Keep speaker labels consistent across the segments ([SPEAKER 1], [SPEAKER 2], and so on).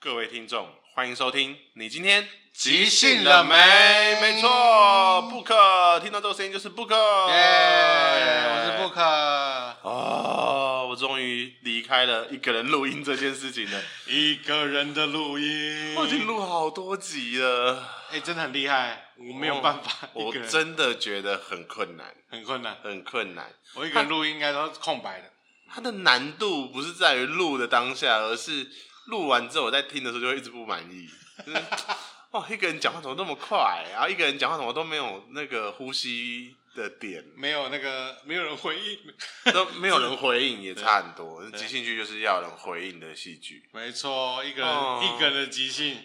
[SPEAKER 1] 各位听众，欢迎收听。你今天
[SPEAKER 2] 即兴了没
[SPEAKER 1] 没错，Book，听到这个声音就是 Book。耶，
[SPEAKER 2] 耶，我是布。克，
[SPEAKER 1] 哦，我终于离开了一个人录音这件事情 了。
[SPEAKER 2] 一个人的录音
[SPEAKER 1] 我已经录好多集了，
[SPEAKER 2] 哎、真的很厉害，我没有办法，一
[SPEAKER 1] 我
[SPEAKER 2] 个人
[SPEAKER 1] 真的觉得很困难，
[SPEAKER 2] 很困难，
[SPEAKER 1] 很困难。
[SPEAKER 2] 我一个人录音应该都是空白的，
[SPEAKER 1] 它的难度不是在于录的当下，而是录完之后我在听的时候就会一直不满意。就是 哇，一个人讲话怎么那么快？啊然后一个人讲话怎么都没有那个呼吸的点，
[SPEAKER 2] 没有那个没有人回应，
[SPEAKER 1] 都没有人回应，也差很多。即兴剧就是要有人回应的戏剧，
[SPEAKER 2] 没错，一个人、
[SPEAKER 1] 哦
[SPEAKER 2] 一个人的即兴，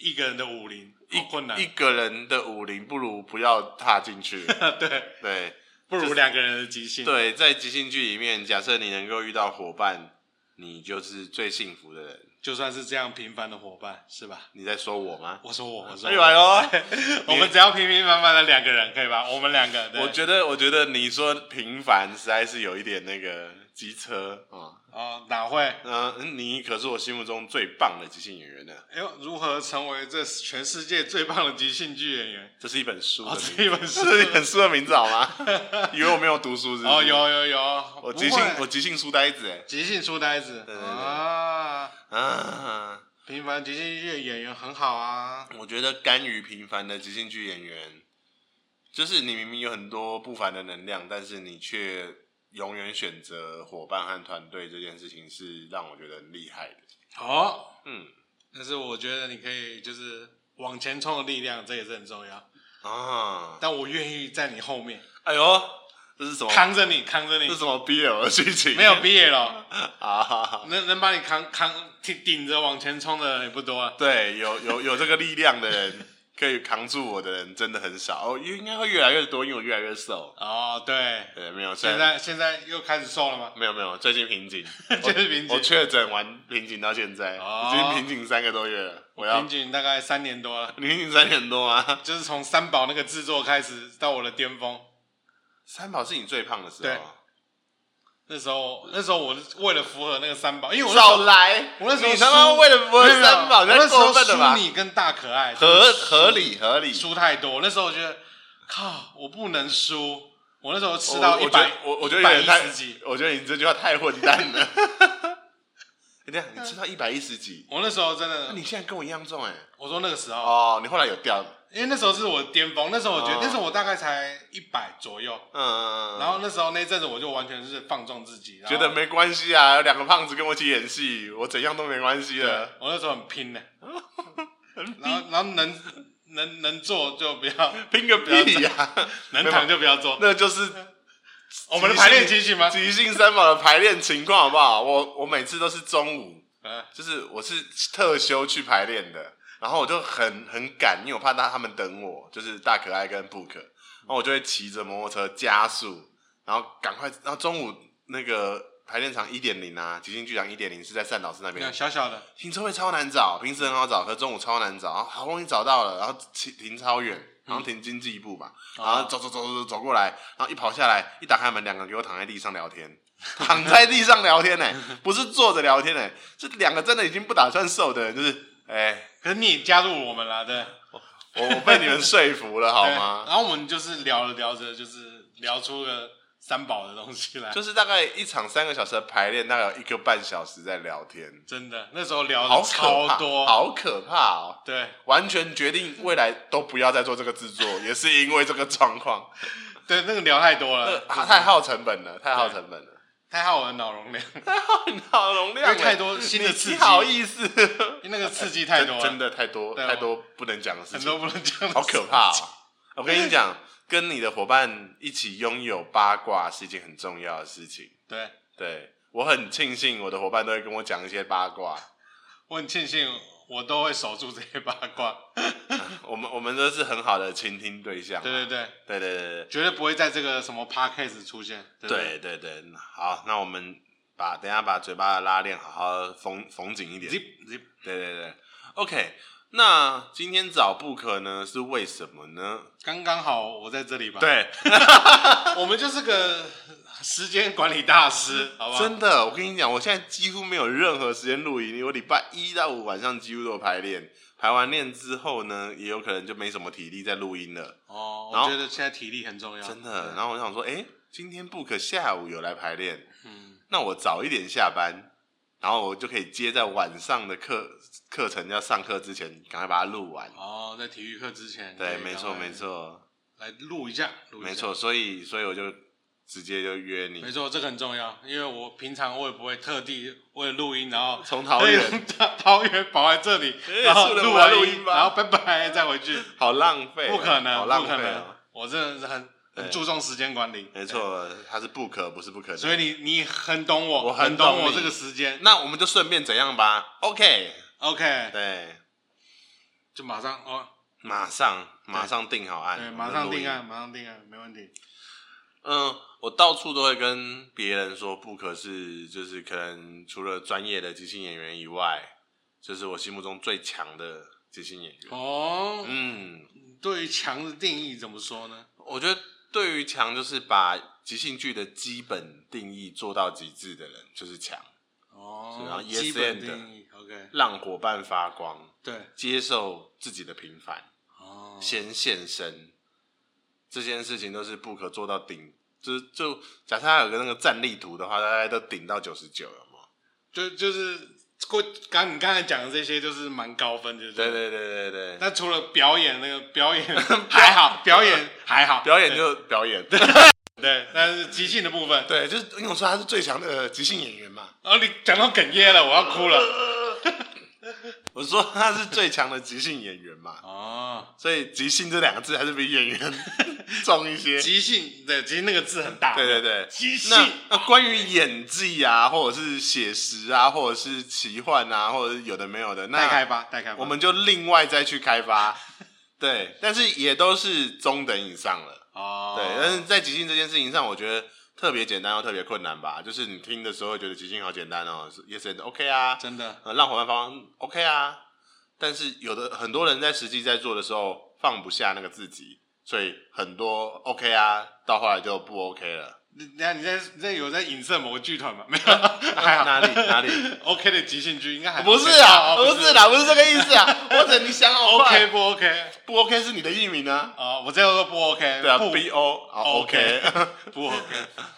[SPEAKER 2] 一个人的武林，好困难
[SPEAKER 1] 一，个人的武林不如不要踏进去。
[SPEAKER 2] 对，
[SPEAKER 1] 对
[SPEAKER 2] 不如两个人的即兴，
[SPEAKER 1] 对，在即兴剧里面，假设你能够遇到伙伴，你就是最幸福的人。
[SPEAKER 2] 就算是这样平凡的伙伴，是吧？
[SPEAKER 1] 你在说我吗？
[SPEAKER 2] 我说我，我说
[SPEAKER 1] 哎
[SPEAKER 2] 我
[SPEAKER 1] 呦哎呦！
[SPEAKER 2] 我们只要平平凡凡的两个人，可以吧？我们两个，对
[SPEAKER 1] 我觉得，我觉得你说平凡实在是有一点那个机车啊。
[SPEAKER 2] 哦，哪会？
[SPEAKER 1] 嗯、你可是我心目中最棒的即兴演员呢。
[SPEAKER 2] 哎呦，如何成为这全世界最棒的即兴剧 演员？
[SPEAKER 1] 这是一本书的
[SPEAKER 2] 哦，
[SPEAKER 1] 名字，
[SPEAKER 2] 这一本书
[SPEAKER 1] 这。是 一本书的名字好吗？ 以为我没有读书是不是？
[SPEAKER 2] 哦，，有有有，
[SPEAKER 1] 我
[SPEAKER 2] 不
[SPEAKER 1] 即兴
[SPEAKER 2] 会，
[SPEAKER 1] 我即兴书呆子哎。
[SPEAKER 2] 即兴书呆子
[SPEAKER 1] 对对对
[SPEAKER 2] 啊，
[SPEAKER 1] 啊，
[SPEAKER 2] 平凡即兴剧演员很好啊。
[SPEAKER 1] 我觉得甘于平凡的即兴剧演员，就是你明明有很多不凡的能量，但是你却永远选择伙伴和团队这件事情，是让我觉得很厉害的。
[SPEAKER 2] 哦，
[SPEAKER 1] 嗯，
[SPEAKER 2] 但是我觉得你可以就是往前冲的力量，这也是很重要。
[SPEAKER 1] 啊，
[SPEAKER 2] 但我愿意在你后面
[SPEAKER 1] 哎呦，这是什么？
[SPEAKER 2] 扛着你，扛着
[SPEAKER 1] 哦 这是
[SPEAKER 2] 你，
[SPEAKER 1] 什么 BL 的剧情？
[SPEAKER 2] 没有毕业了，
[SPEAKER 1] 啊，
[SPEAKER 2] 能能把你扛扛顶顶着往前冲的人也不多啊。
[SPEAKER 1] 对，有有有这个力量的人，可以扛住我的人真的很少哦，应该会越来越多，因为我越来越瘦。
[SPEAKER 2] 哦，对，
[SPEAKER 1] 对，没有，虽
[SPEAKER 2] 现
[SPEAKER 1] 然
[SPEAKER 2] 在现在又开始瘦了吗？
[SPEAKER 1] 没有没有，最近瓶颈，
[SPEAKER 2] 最近瓶颈
[SPEAKER 1] 我我确诊完瓶颈到现在，
[SPEAKER 2] 哦
[SPEAKER 1] 已经瓶颈三个多月了。我要
[SPEAKER 2] 瓶颈大概三年多了，
[SPEAKER 1] 你瓶颈三年多啊吗？
[SPEAKER 2] 就是从三宝那个制作开始到我的巅峰。
[SPEAKER 1] 三宝是你最胖的时
[SPEAKER 2] 对
[SPEAKER 1] 候，啊
[SPEAKER 2] 那时候，那时候我是为了符合那个三宝，因为我那时
[SPEAKER 1] 少
[SPEAKER 2] 候
[SPEAKER 1] 来！
[SPEAKER 2] 我那时候
[SPEAKER 1] 你他妈
[SPEAKER 2] 输
[SPEAKER 1] 为了不
[SPEAKER 2] 没
[SPEAKER 1] 会
[SPEAKER 2] 有没有
[SPEAKER 1] 三宝，
[SPEAKER 2] 我
[SPEAKER 1] 你
[SPEAKER 2] 那
[SPEAKER 1] 太
[SPEAKER 2] 时候
[SPEAKER 1] 过分了吧
[SPEAKER 2] 输？你跟大可爱
[SPEAKER 1] 合合理合理，
[SPEAKER 2] 输太多，那时候我觉得靠，我不能输。我那时候吃
[SPEAKER 1] 我
[SPEAKER 2] 到一
[SPEAKER 1] 我觉得
[SPEAKER 2] 百，
[SPEAKER 1] 我我觉得有
[SPEAKER 2] 一百
[SPEAKER 1] 点
[SPEAKER 2] 一
[SPEAKER 1] 太
[SPEAKER 2] 十几，，
[SPEAKER 1] 我觉得你这句话太混蛋了。 你看，你吃到一百一十几，
[SPEAKER 2] 我那时候真
[SPEAKER 1] 那
[SPEAKER 2] 的，
[SPEAKER 1] 你现在跟我一样重哎、
[SPEAKER 2] 我说那个时候，
[SPEAKER 1] 哦，你后来有掉，
[SPEAKER 2] 因为那时候是我的巅峰，那时候我觉得
[SPEAKER 1] 哦，
[SPEAKER 2] 那时候我大概才一百左右，
[SPEAKER 1] 嗯嗯，嗯
[SPEAKER 2] 然后那时候那一阵子我就完全是放纵自己，然后
[SPEAKER 1] 觉得没关系啊，有两个胖子跟我一起演戏，我怎样都没关系的。
[SPEAKER 2] 我那时候很拼 的，然后然后能能能做就不 要，
[SPEAKER 1] 拼个屁呀、
[SPEAKER 2] 能躺就不要做。
[SPEAKER 1] 那就是
[SPEAKER 2] 我们的排练情形吗？
[SPEAKER 1] 即兴三宝的排练情况好不好？我我每次都是中午，
[SPEAKER 2] 嗯，
[SPEAKER 1] 就是我是特休去排练的，然后我就很很赶，因为我怕他他们等我，就是大可爱跟 Book，然后我就会骑着摩托车加速，然后赶快，然后中午那个排练场一点零啊，即兴剧场一点零是在单老师那
[SPEAKER 2] 没
[SPEAKER 1] 边
[SPEAKER 2] 有，小小的，
[SPEAKER 1] 停车位超难找，平时很好找，可是中午超难找，然后好不容易找到了，然后停停超远，然后停经济部吧，
[SPEAKER 2] 嗯哦
[SPEAKER 1] 然后走走走走走走过来，然后一跑下来，一打开门，两个给我躺在地上聊天， 躺在地上聊天呢、 不是坐着聊天呢、这两个真的已经不打算瘦的人，就是哎、
[SPEAKER 2] 可是你也加入我们了，对，
[SPEAKER 1] 我我被你们说服了好
[SPEAKER 2] 对
[SPEAKER 1] 吗？
[SPEAKER 2] 然后我们就是聊着聊着，就是聊出个三宝的东西来，
[SPEAKER 1] 就是大概一场三个小时的排练，大概有一个半小时在聊天，
[SPEAKER 2] 真的，那时候聊
[SPEAKER 1] 好
[SPEAKER 2] 的
[SPEAKER 1] 可怕
[SPEAKER 2] 哦超，多，
[SPEAKER 1] 好可怕哦！
[SPEAKER 2] 对
[SPEAKER 1] 完全决定未来都不要再做这个制作，也是因为这个状况。
[SPEAKER 2] 对，那个聊太多
[SPEAKER 1] 呃
[SPEAKER 2] 了，
[SPEAKER 1] 啊太耗成本了，太耗成 本了，
[SPEAKER 2] 太耗我的 脑容量，
[SPEAKER 1] 太耗容量欸
[SPEAKER 2] 因为太多新的
[SPEAKER 1] 你
[SPEAKER 2] 刺激
[SPEAKER 1] 你好意思？
[SPEAKER 2] 因为那个刺激 太多
[SPEAKER 1] 真真
[SPEAKER 2] 了，
[SPEAKER 1] 的太多
[SPEAKER 2] 对啊
[SPEAKER 1] 太多不能讲的事
[SPEAKER 2] 很
[SPEAKER 1] 情，
[SPEAKER 2] 多不能讲 的，
[SPEAKER 1] 好可怕哦！ 我跟你讲，跟你的伙伴一起拥有八卦是一件很重要的事情。
[SPEAKER 2] 对，
[SPEAKER 1] 对我很庆幸我的伙伴都会跟我讲一些八卦。
[SPEAKER 2] 我很庆幸我都会守住这些八卦，
[SPEAKER 1] 我们我们都是很好的倾听对象。
[SPEAKER 2] 对对对。
[SPEAKER 1] 对对对对
[SPEAKER 2] 绝对不会在这个什么 podcast 出现。对不
[SPEAKER 1] 对对对，好，那我们把等一下把嘴巴的拉链好好缝缝紧一点。
[SPEAKER 2] ，zip zip，
[SPEAKER 1] 对对对， OK，那今天找布克呢是为什么呢？
[SPEAKER 2] 刚刚好我在这里吧。，
[SPEAKER 1] 对，
[SPEAKER 2] 我们就是个时间管理 大师，好吧？
[SPEAKER 1] 真的，我跟你讲，我现在几乎没有任何时间录影，我礼拜一到五晚上几乎都有排练，排完练之后呢，也有可能就没什么体力在录音了，
[SPEAKER 2] 哦，
[SPEAKER 1] 然
[SPEAKER 2] 我
[SPEAKER 1] 后
[SPEAKER 2] 觉得现在体力很重要。
[SPEAKER 1] 真的。然后我想说，哎、今天布克下午有来排练，
[SPEAKER 2] 嗯，
[SPEAKER 1] 那我早一点下班，然后我就可以接在晚上的课课程要上课之前，赶快把它录完。
[SPEAKER 2] 哦，在体育课之前，
[SPEAKER 1] 对，
[SPEAKER 2] 可以
[SPEAKER 1] 没错，
[SPEAKER 2] 赶快
[SPEAKER 1] 没，错，
[SPEAKER 2] 来录一下，录一下
[SPEAKER 1] 没错。，所以，所以我就直接就约你
[SPEAKER 2] 没，错，这个很重要，因为我平常我也不会特地为了录音，然后
[SPEAKER 1] 从桃园，
[SPEAKER 2] 对桃 桃园跑来这里，
[SPEAKER 1] 哎
[SPEAKER 2] 然后
[SPEAKER 1] 顺便
[SPEAKER 2] 录
[SPEAKER 1] 我来
[SPEAKER 2] 完
[SPEAKER 1] 录
[SPEAKER 2] 音，
[SPEAKER 1] 音吧
[SPEAKER 2] 然后拜拜再回去，
[SPEAKER 1] 好浪费哦，
[SPEAKER 2] 不可能，
[SPEAKER 1] 好浪
[SPEAKER 2] 不
[SPEAKER 1] 费
[SPEAKER 2] 可
[SPEAKER 1] 哦
[SPEAKER 2] 能。，我真的是很很
[SPEAKER 1] 对
[SPEAKER 2] 注重时间管理，
[SPEAKER 1] 没错，他是不可，不是不可
[SPEAKER 2] 对，
[SPEAKER 1] 能。
[SPEAKER 2] 所以你你很懂我，
[SPEAKER 1] 我很
[SPEAKER 2] 很
[SPEAKER 1] 懂
[SPEAKER 2] 懂我
[SPEAKER 1] 你
[SPEAKER 2] 这个时间
[SPEAKER 1] 那我们就顺便怎样吧？OK，
[SPEAKER 2] ，OK，
[SPEAKER 1] 对，
[SPEAKER 2] 就马上哦，
[SPEAKER 1] 马上马上定好案，
[SPEAKER 2] 对，
[SPEAKER 1] 我们
[SPEAKER 2] 马上
[SPEAKER 1] 录音
[SPEAKER 2] 定案，。马上定案，没问题，
[SPEAKER 1] 嗯，我到处都会跟别人说，不可是就是可能除了专业的即兴演员以外，就是我心目中最强的即兴演员。
[SPEAKER 2] 哦，
[SPEAKER 1] 嗯，
[SPEAKER 2] 对于强的定义怎么说呢？
[SPEAKER 1] 我觉得对于强就是把即兴剧的基本定义做到极致的人就是强，是然后
[SPEAKER 2] 哦，
[SPEAKER 1] yes
[SPEAKER 2] 基本
[SPEAKER 1] and
[SPEAKER 2] 定义，OK，
[SPEAKER 1] 让伙伴发光，
[SPEAKER 2] 对，
[SPEAKER 1] 接受自己的平凡。
[SPEAKER 2] 哦，
[SPEAKER 1] 先现身，这件事情都是不可做到顶，就是就假设他有个那个战力图的话，大概都顶到九十九了嘛。
[SPEAKER 2] 就就是过刚你刚才讲的这些，就是蛮高分的，
[SPEAKER 1] 对。对对对对，
[SPEAKER 2] 那除了表演那个表演还 好，表演还好，
[SPEAKER 1] 表演就表 演，对
[SPEAKER 2] 对对，但是即兴的部分，
[SPEAKER 1] 对，就是因为我说他是最强的呃即兴演员嘛，
[SPEAKER 2] 然后你讲到哽咽了，我要哭了。
[SPEAKER 1] 我说他是最强的即兴演员嘛，
[SPEAKER 2] 哦，
[SPEAKER 1] 所以即兴这两个字还是比演员 重一些。
[SPEAKER 2] 即兴，对，即兴那个字很大，
[SPEAKER 1] 对对对，
[SPEAKER 2] 即兴
[SPEAKER 1] 那那关于演技啊，或者是写实啊，或者是奇幻啊，或者是有的没有的，那
[SPEAKER 2] 待开发，待开发，
[SPEAKER 1] 我们就另外再去开 发。对，但是也都是中等以上了。
[SPEAKER 2] 哦，
[SPEAKER 1] 对，但是在即兴这件事情上，我觉得特别简单又特别困难吧。就是你听的时候会觉得即兴好简单哦是，yes and OK 啊，
[SPEAKER 2] 真的
[SPEAKER 1] 呃，让伙伴方 OK 啊。但是有的很多人在实际在做的时候放不下那个自己，所以很多 OK 啊，到后来就不 OK 了。
[SPEAKER 2] 你等一下你在你在有在影射某个 剧团吗？没有，还好
[SPEAKER 1] 哪里 哪里？
[SPEAKER 2] OK 的即兴剧应该还
[SPEAKER 1] 不
[SPEAKER 2] OK
[SPEAKER 1] 是啊，
[SPEAKER 2] 哦不
[SPEAKER 1] 不是啦，不是这个意思啊。或者你想好快
[SPEAKER 2] ，OK 不 OK？
[SPEAKER 1] 不 OK 是你的艺名啊。
[SPEAKER 2] 哦，我这样说不 OK，
[SPEAKER 1] 对啊
[SPEAKER 2] 不
[SPEAKER 1] ，B O 啊
[SPEAKER 2] OK
[SPEAKER 1] OK，
[SPEAKER 2] 不 OK，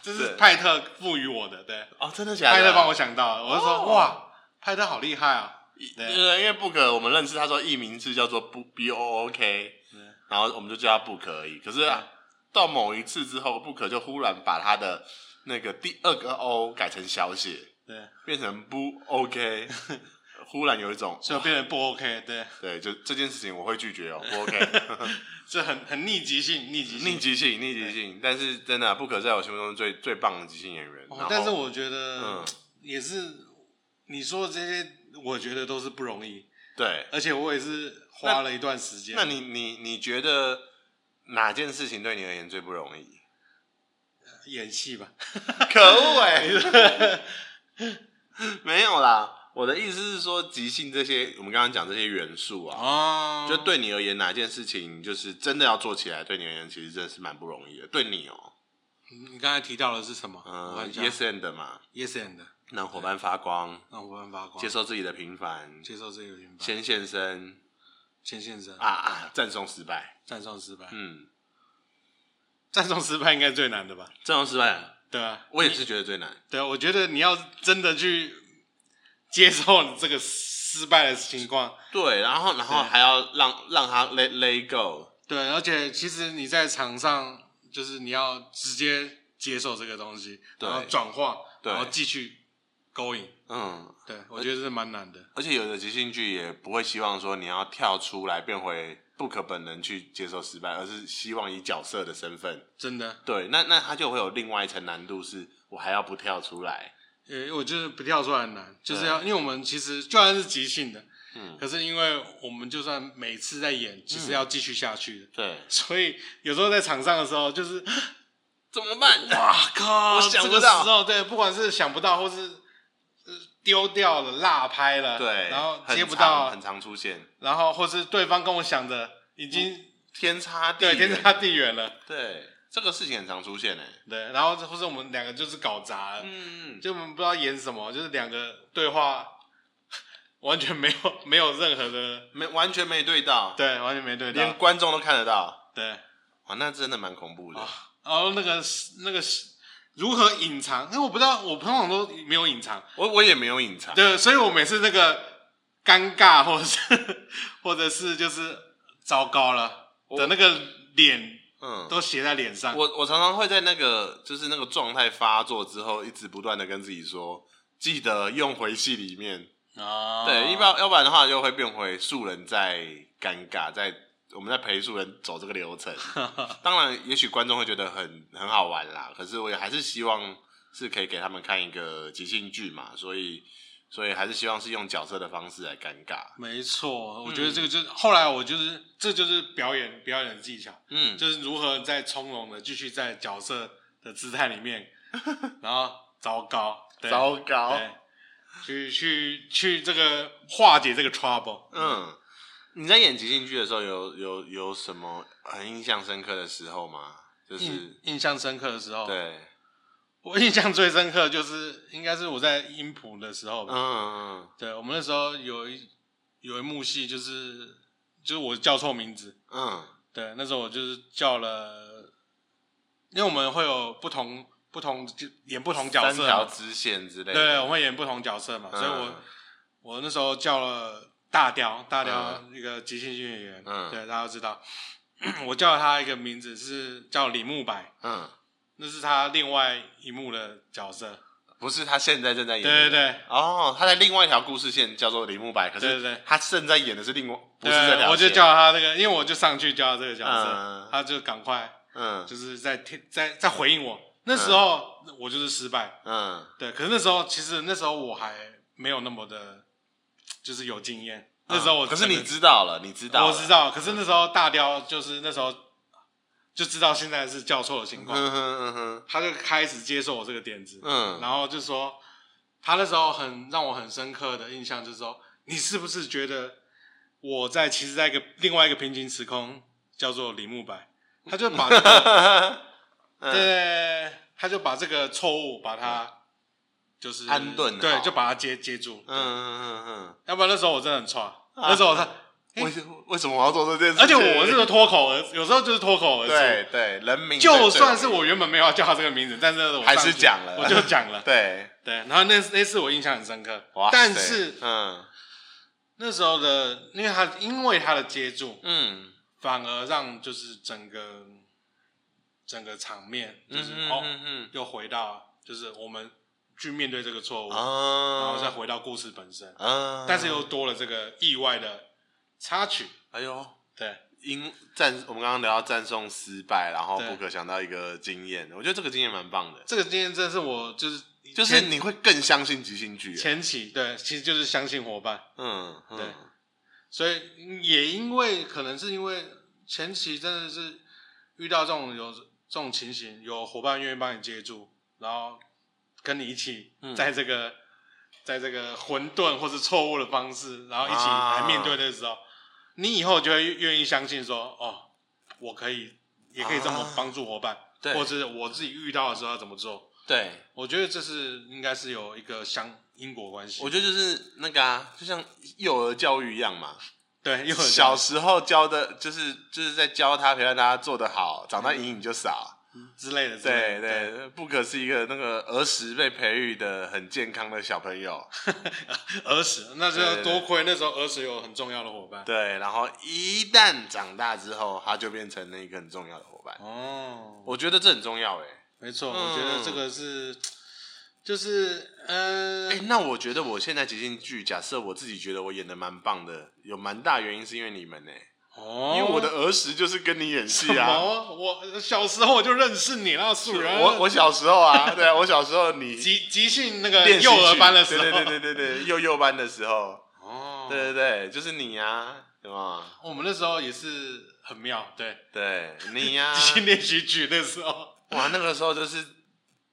[SPEAKER 2] 这是
[SPEAKER 1] 对
[SPEAKER 2] 派特赋予我的，对，
[SPEAKER 1] 哦，真的假的？
[SPEAKER 2] 派特帮我想到了，我就说
[SPEAKER 1] 哦
[SPEAKER 2] 哇，派特好厉害啊！
[SPEAKER 1] 呃，因为 Book 我们认识，他说艺名是叫做 B B O O K，
[SPEAKER 2] 嗯
[SPEAKER 1] 然后我们就叫他 Book 而已。可是啊到某一次之后，Book 就忽然把他的那个第二个 O 改成小写，
[SPEAKER 2] 对，
[SPEAKER 1] 变成不 OK，忽然有一种
[SPEAKER 2] 所以我变得不 OK，对，
[SPEAKER 1] 对，就这件事情我会拒绝哦，不 OK，
[SPEAKER 2] 这很很逆极性，逆极性，
[SPEAKER 1] 逆即兴，逆即兴。但是真的，Book 啊在我心目中是最最棒的即兴演员。
[SPEAKER 2] 哦
[SPEAKER 1] 然后
[SPEAKER 2] 但是我觉得
[SPEAKER 1] 嗯，
[SPEAKER 2] 也是你说的这些，我觉得都是不容易，
[SPEAKER 1] 对，
[SPEAKER 2] 而且我也是花了一段时间。
[SPEAKER 1] 那你你你觉得哪件事情对你而言最不容 易？
[SPEAKER 2] 演戏吧，
[SPEAKER 1] 可恶
[SPEAKER 2] 欸
[SPEAKER 1] 哎、 没有啦，我的意思是说，即兴这些我们刚刚讲这些元素啊，
[SPEAKER 2] 哦
[SPEAKER 1] 就对你而言哪件事情就是真的要做起来，对你而言其实真的是蛮不容易的。对你哦、
[SPEAKER 2] 你刚才提到呃的是什么？我看
[SPEAKER 1] 嗯
[SPEAKER 2] 一下
[SPEAKER 1] ，yes and 嘛，
[SPEAKER 2] yes and
[SPEAKER 1] 让伙伴发光，
[SPEAKER 2] 让我们发光，
[SPEAKER 1] 接受自己的平凡，
[SPEAKER 2] 接受这个原版，
[SPEAKER 1] 先现身
[SPEAKER 2] 钱先生
[SPEAKER 1] 啊啊，赞颂失败，
[SPEAKER 2] 战胜失败，
[SPEAKER 1] 嗯，
[SPEAKER 2] 战胜失败应该最难的吧？
[SPEAKER 1] 赞颂失败，
[SPEAKER 2] 对啊，
[SPEAKER 1] 我也是觉得最难。
[SPEAKER 2] 对啊，我觉得你要真的去接受你这个失败的情况，
[SPEAKER 1] 对，然后然后
[SPEAKER 2] 对
[SPEAKER 1] 还要让让他 let let go，
[SPEAKER 2] 对，而且其实你在场上就是你要直接接受这个东西，
[SPEAKER 1] 对
[SPEAKER 2] 然后转化，
[SPEAKER 1] 对
[SPEAKER 2] 然后继续勾引，
[SPEAKER 1] 嗯，
[SPEAKER 2] 对我觉得这是蛮难的，
[SPEAKER 1] 而且有的即兴剧也不会希望说你要跳出来变回不可本人去接受失败，而是希望以角色的身份。
[SPEAKER 2] 真的，
[SPEAKER 1] 对，那那他就会有另外一层难度，是我还要不跳出来。
[SPEAKER 2] 呃，我觉得不跳出来很难，就是要因为我们其实就算是即兴的，
[SPEAKER 1] 嗯
[SPEAKER 2] 可是因为我们就算每次在演，其实要继续下去的。
[SPEAKER 1] 对，
[SPEAKER 2] 所以有时候在场上的时候， 就是
[SPEAKER 1] 怎么办？
[SPEAKER 2] 哇靠！
[SPEAKER 1] 我想
[SPEAKER 2] 这
[SPEAKER 1] 不
[SPEAKER 2] 个
[SPEAKER 1] 到
[SPEAKER 2] 时候对，不管是想不到，或是呃丢掉了、落拍了，
[SPEAKER 1] 对，
[SPEAKER 2] 然后接
[SPEAKER 1] 很
[SPEAKER 2] 不
[SPEAKER 1] 常
[SPEAKER 2] 到
[SPEAKER 1] 很，常出现，
[SPEAKER 2] 然后或是对方跟我想的已经
[SPEAKER 1] 天差嗯地
[SPEAKER 2] 对天
[SPEAKER 1] 远
[SPEAKER 2] 差地远了，
[SPEAKER 1] 对，这个事情很常出现欸诶、
[SPEAKER 2] 对，然后或是我们两个就是搞砸了，
[SPEAKER 1] 嗯，
[SPEAKER 2] 就我们不知道演什么，就是两个对话完全没有没有任何的，
[SPEAKER 1] 没完全没对到，
[SPEAKER 2] 对，完全没对
[SPEAKER 1] 连
[SPEAKER 2] 到，
[SPEAKER 1] 观众都看得到，
[SPEAKER 2] 对。
[SPEAKER 1] 哇，那真的蛮恐怖的。
[SPEAKER 2] 啊然后那个是那个是如何隐藏？因为我不知道，我通常都没有隐藏，
[SPEAKER 1] 我我也没有隐藏，
[SPEAKER 2] 对，所以我每次那个尴尬，或者是或者是就是糟糕了的那个脸
[SPEAKER 1] 嗯，
[SPEAKER 2] 都写在脸 上。
[SPEAKER 1] 我我常常会在那个就是那个状态发作之后，一直不断的跟自己说，记得用回戏里面，
[SPEAKER 2] 啊
[SPEAKER 1] 对，一般要不然的话就会变回素人在尴尬，在我们在陪素人走这个流程。当然，也许观众会觉得很很好玩啦，可是我也还是希望是可以给他们看一个即兴剧嘛，所以所以还是希望是用角色的方式来尴尬。
[SPEAKER 2] 没错，我觉得这个就是、后来我就是这就是表演表演的技巧，
[SPEAKER 1] 嗯，
[SPEAKER 2] 就是如何在从容的继续在角色的姿态里 面，然后糟糕，对
[SPEAKER 1] 糟糕，
[SPEAKER 2] 嗯对，去去去这个化解这个 trouble。
[SPEAKER 1] 嗯。你在演即兴剧的时候有，有有什么很印象深刻的时候吗？就是、
[SPEAKER 2] 印印象深刻的时候，
[SPEAKER 1] 对，
[SPEAKER 2] 我印象最深刻就是应该是我在音谱的时
[SPEAKER 1] 嗯
[SPEAKER 2] 候吧。
[SPEAKER 1] 嗯
[SPEAKER 2] 对，我们那时候有一有一幕戏就是就是我叫错名字，
[SPEAKER 1] 嗯嗯
[SPEAKER 2] 对，那时候我就是叫了，因为我们会有不同不同演不同角
[SPEAKER 1] 三
[SPEAKER 2] 色
[SPEAKER 1] 条嗯
[SPEAKER 2] 嘛，
[SPEAKER 1] 支线之类的，
[SPEAKER 2] 对，我会演不同角色嘛，所以我我那时候叫了大雕，大雕一个即兴剧演员，
[SPEAKER 1] 嗯
[SPEAKER 2] 对，大家都知道。 我叫他一个名字是叫李慕白，
[SPEAKER 1] 嗯，
[SPEAKER 2] 那是他另外一幕的角色。
[SPEAKER 1] 不是他现在正在演，
[SPEAKER 2] 对对对，
[SPEAKER 1] 哦，他在另外一条故事线叫做李慕白，可
[SPEAKER 2] 对
[SPEAKER 1] 是
[SPEAKER 2] 对对
[SPEAKER 1] 他正在演的是另外不是这条
[SPEAKER 2] 对，
[SPEAKER 1] 线，
[SPEAKER 2] 我就叫他这个，因为我就上去叫他这个角
[SPEAKER 1] 嗯
[SPEAKER 2] 色，他就赶快
[SPEAKER 1] 嗯
[SPEAKER 2] 就是在听在在回应我。那时候我就是失败，
[SPEAKER 1] 嗯
[SPEAKER 2] 对，可是那时候其实那时候我还没有那么的，就是有经验。那时候我
[SPEAKER 1] 嗯可是
[SPEAKER 2] 真的
[SPEAKER 1] 你知道了，你知道了，
[SPEAKER 2] 我知道，可是那时候大雕就是那时候就知道现在是叫错的情况，
[SPEAKER 1] 嗯哼嗯哼
[SPEAKER 2] 他就开始接受我这个点子，
[SPEAKER 1] 嗯，
[SPEAKER 2] 然后就说他那时候很让我很深刻的印象就是说，你是不是觉得我在其实在一个另外一个平行时空叫做李慕 白，他就把、这个、
[SPEAKER 1] 嗯
[SPEAKER 2] 对，他就把这个错误把它。就是
[SPEAKER 1] 安顿好
[SPEAKER 2] 对，就把它接接住。
[SPEAKER 1] 嗯啊嗯嗯
[SPEAKER 2] 要不然那时候我真的很差，那时候我他，
[SPEAKER 1] 嗯，为什为什么我要做这件事？
[SPEAKER 2] 而且我是脱口而，有时候就是脱口而出。
[SPEAKER 1] 对对人民最，
[SPEAKER 2] 就算是我原本没有要叫他这个名字，但是我上去
[SPEAKER 1] 还是讲了
[SPEAKER 2] 我就 讲了。
[SPEAKER 1] 对，
[SPEAKER 2] 对，然后那那次我印象很深刻
[SPEAKER 1] 哇，塞，
[SPEAKER 2] 但是
[SPEAKER 1] 嗯
[SPEAKER 2] 那时候的，因为他因为他的接住，
[SPEAKER 1] 嗯
[SPEAKER 2] 反而让就是整个整个场面就是
[SPEAKER 1] 嗯
[SPEAKER 2] 哦，
[SPEAKER 1] 嗯
[SPEAKER 2] 又回到就是我们去面对这个错误，
[SPEAKER 1] 嗯
[SPEAKER 2] 然后再
[SPEAKER 1] 啊
[SPEAKER 2] 回到故事本身，
[SPEAKER 1] 啊，
[SPEAKER 2] 但是又多了这个意外的插曲。
[SPEAKER 1] 哎呦。
[SPEAKER 2] 对，
[SPEAKER 1] 因赞，我们刚刚聊到赞颂失败，然后
[SPEAKER 2] 对
[SPEAKER 1] 不可想到一个经验，我觉得这个经验蛮棒的，
[SPEAKER 2] 这个今天真的是我就是
[SPEAKER 1] 就是
[SPEAKER 2] 前
[SPEAKER 1] 你会更相信即兴剧。
[SPEAKER 2] 前期对，其实就是相信伙伴。
[SPEAKER 1] 嗯，嗯
[SPEAKER 2] 对所以也因为可能是因为前期真的是遇到这种有这种情形，有伙伴愿意帮你接住，然后跟你一起
[SPEAKER 1] 嗯
[SPEAKER 2] 在这个、在这个混沌或是错误的方式，然后一起
[SPEAKER 1] 啊
[SPEAKER 2] 来面对的时候，你以后就会愿意相信说，哦，我可以也可以这么
[SPEAKER 1] 啊
[SPEAKER 2] 帮助伙伴，
[SPEAKER 1] 对
[SPEAKER 2] 或者是我自己遇到的时候要怎么做。
[SPEAKER 1] 对，
[SPEAKER 2] 我觉得这是应该是有一个相因果关系。
[SPEAKER 1] 我
[SPEAKER 2] 觉
[SPEAKER 1] 觉得就是那个啊，就像幼儿教育一样嘛，
[SPEAKER 2] 对，又很
[SPEAKER 1] 小时候教的，就是就是在教他，陪伴他做得好，长大阴影就少。
[SPEAKER 2] 之类的之
[SPEAKER 1] 对
[SPEAKER 2] 类的，
[SPEAKER 1] 对，不可是一个那个儿时被培育的很健康的小朋友，
[SPEAKER 2] 儿时，那时
[SPEAKER 1] 对对
[SPEAKER 2] 候
[SPEAKER 1] 对
[SPEAKER 2] 多亏那时候儿时有很重要的伙伴。
[SPEAKER 1] 对，然后一旦长大之后，他就变成了一个很重要的伙伴。
[SPEAKER 2] 哦，
[SPEAKER 1] 我觉得这很重要哎、
[SPEAKER 2] 没错，
[SPEAKER 1] 嗯
[SPEAKER 2] 我觉得这个是，就是呃
[SPEAKER 1] 哎、，那我觉得我现在即兴剧，假设我自己觉得我演的蛮棒的，有蛮大原因是因为你们呢、
[SPEAKER 2] 哦，
[SPEAKER 1] 因为我的儿时就是跟你演戏
[SPEAKER 2] 什
[SPEAKER 1] 啊。
[SPEAKER 2] 么，我小时候我就认识你了，素人，
[SPEAKER 1] 我我小时候啊，对啊，我小时候你
[SPEAKER 2] 即即兴那个
[SPEAKER 1] 练习
[SPEAKER 2] 幼儿
[SPEAKER 1] 剧
[SPEAKER 2] 班的时候，
[SPEAKER 1] 对对对对对，幼幼班的时候，
[SPEAKER 2] 哦，
[SPEAKER 1] 对对对，就是你啊，对吗？
[SPEAKER 2] 我们那时候也是很妙，对，
[SPEAKER 1] 对，你呀、
[SPEAKER 2] 即兴练习曲那时候，
[SPEAKER 1] 哇，那欸 个时候就是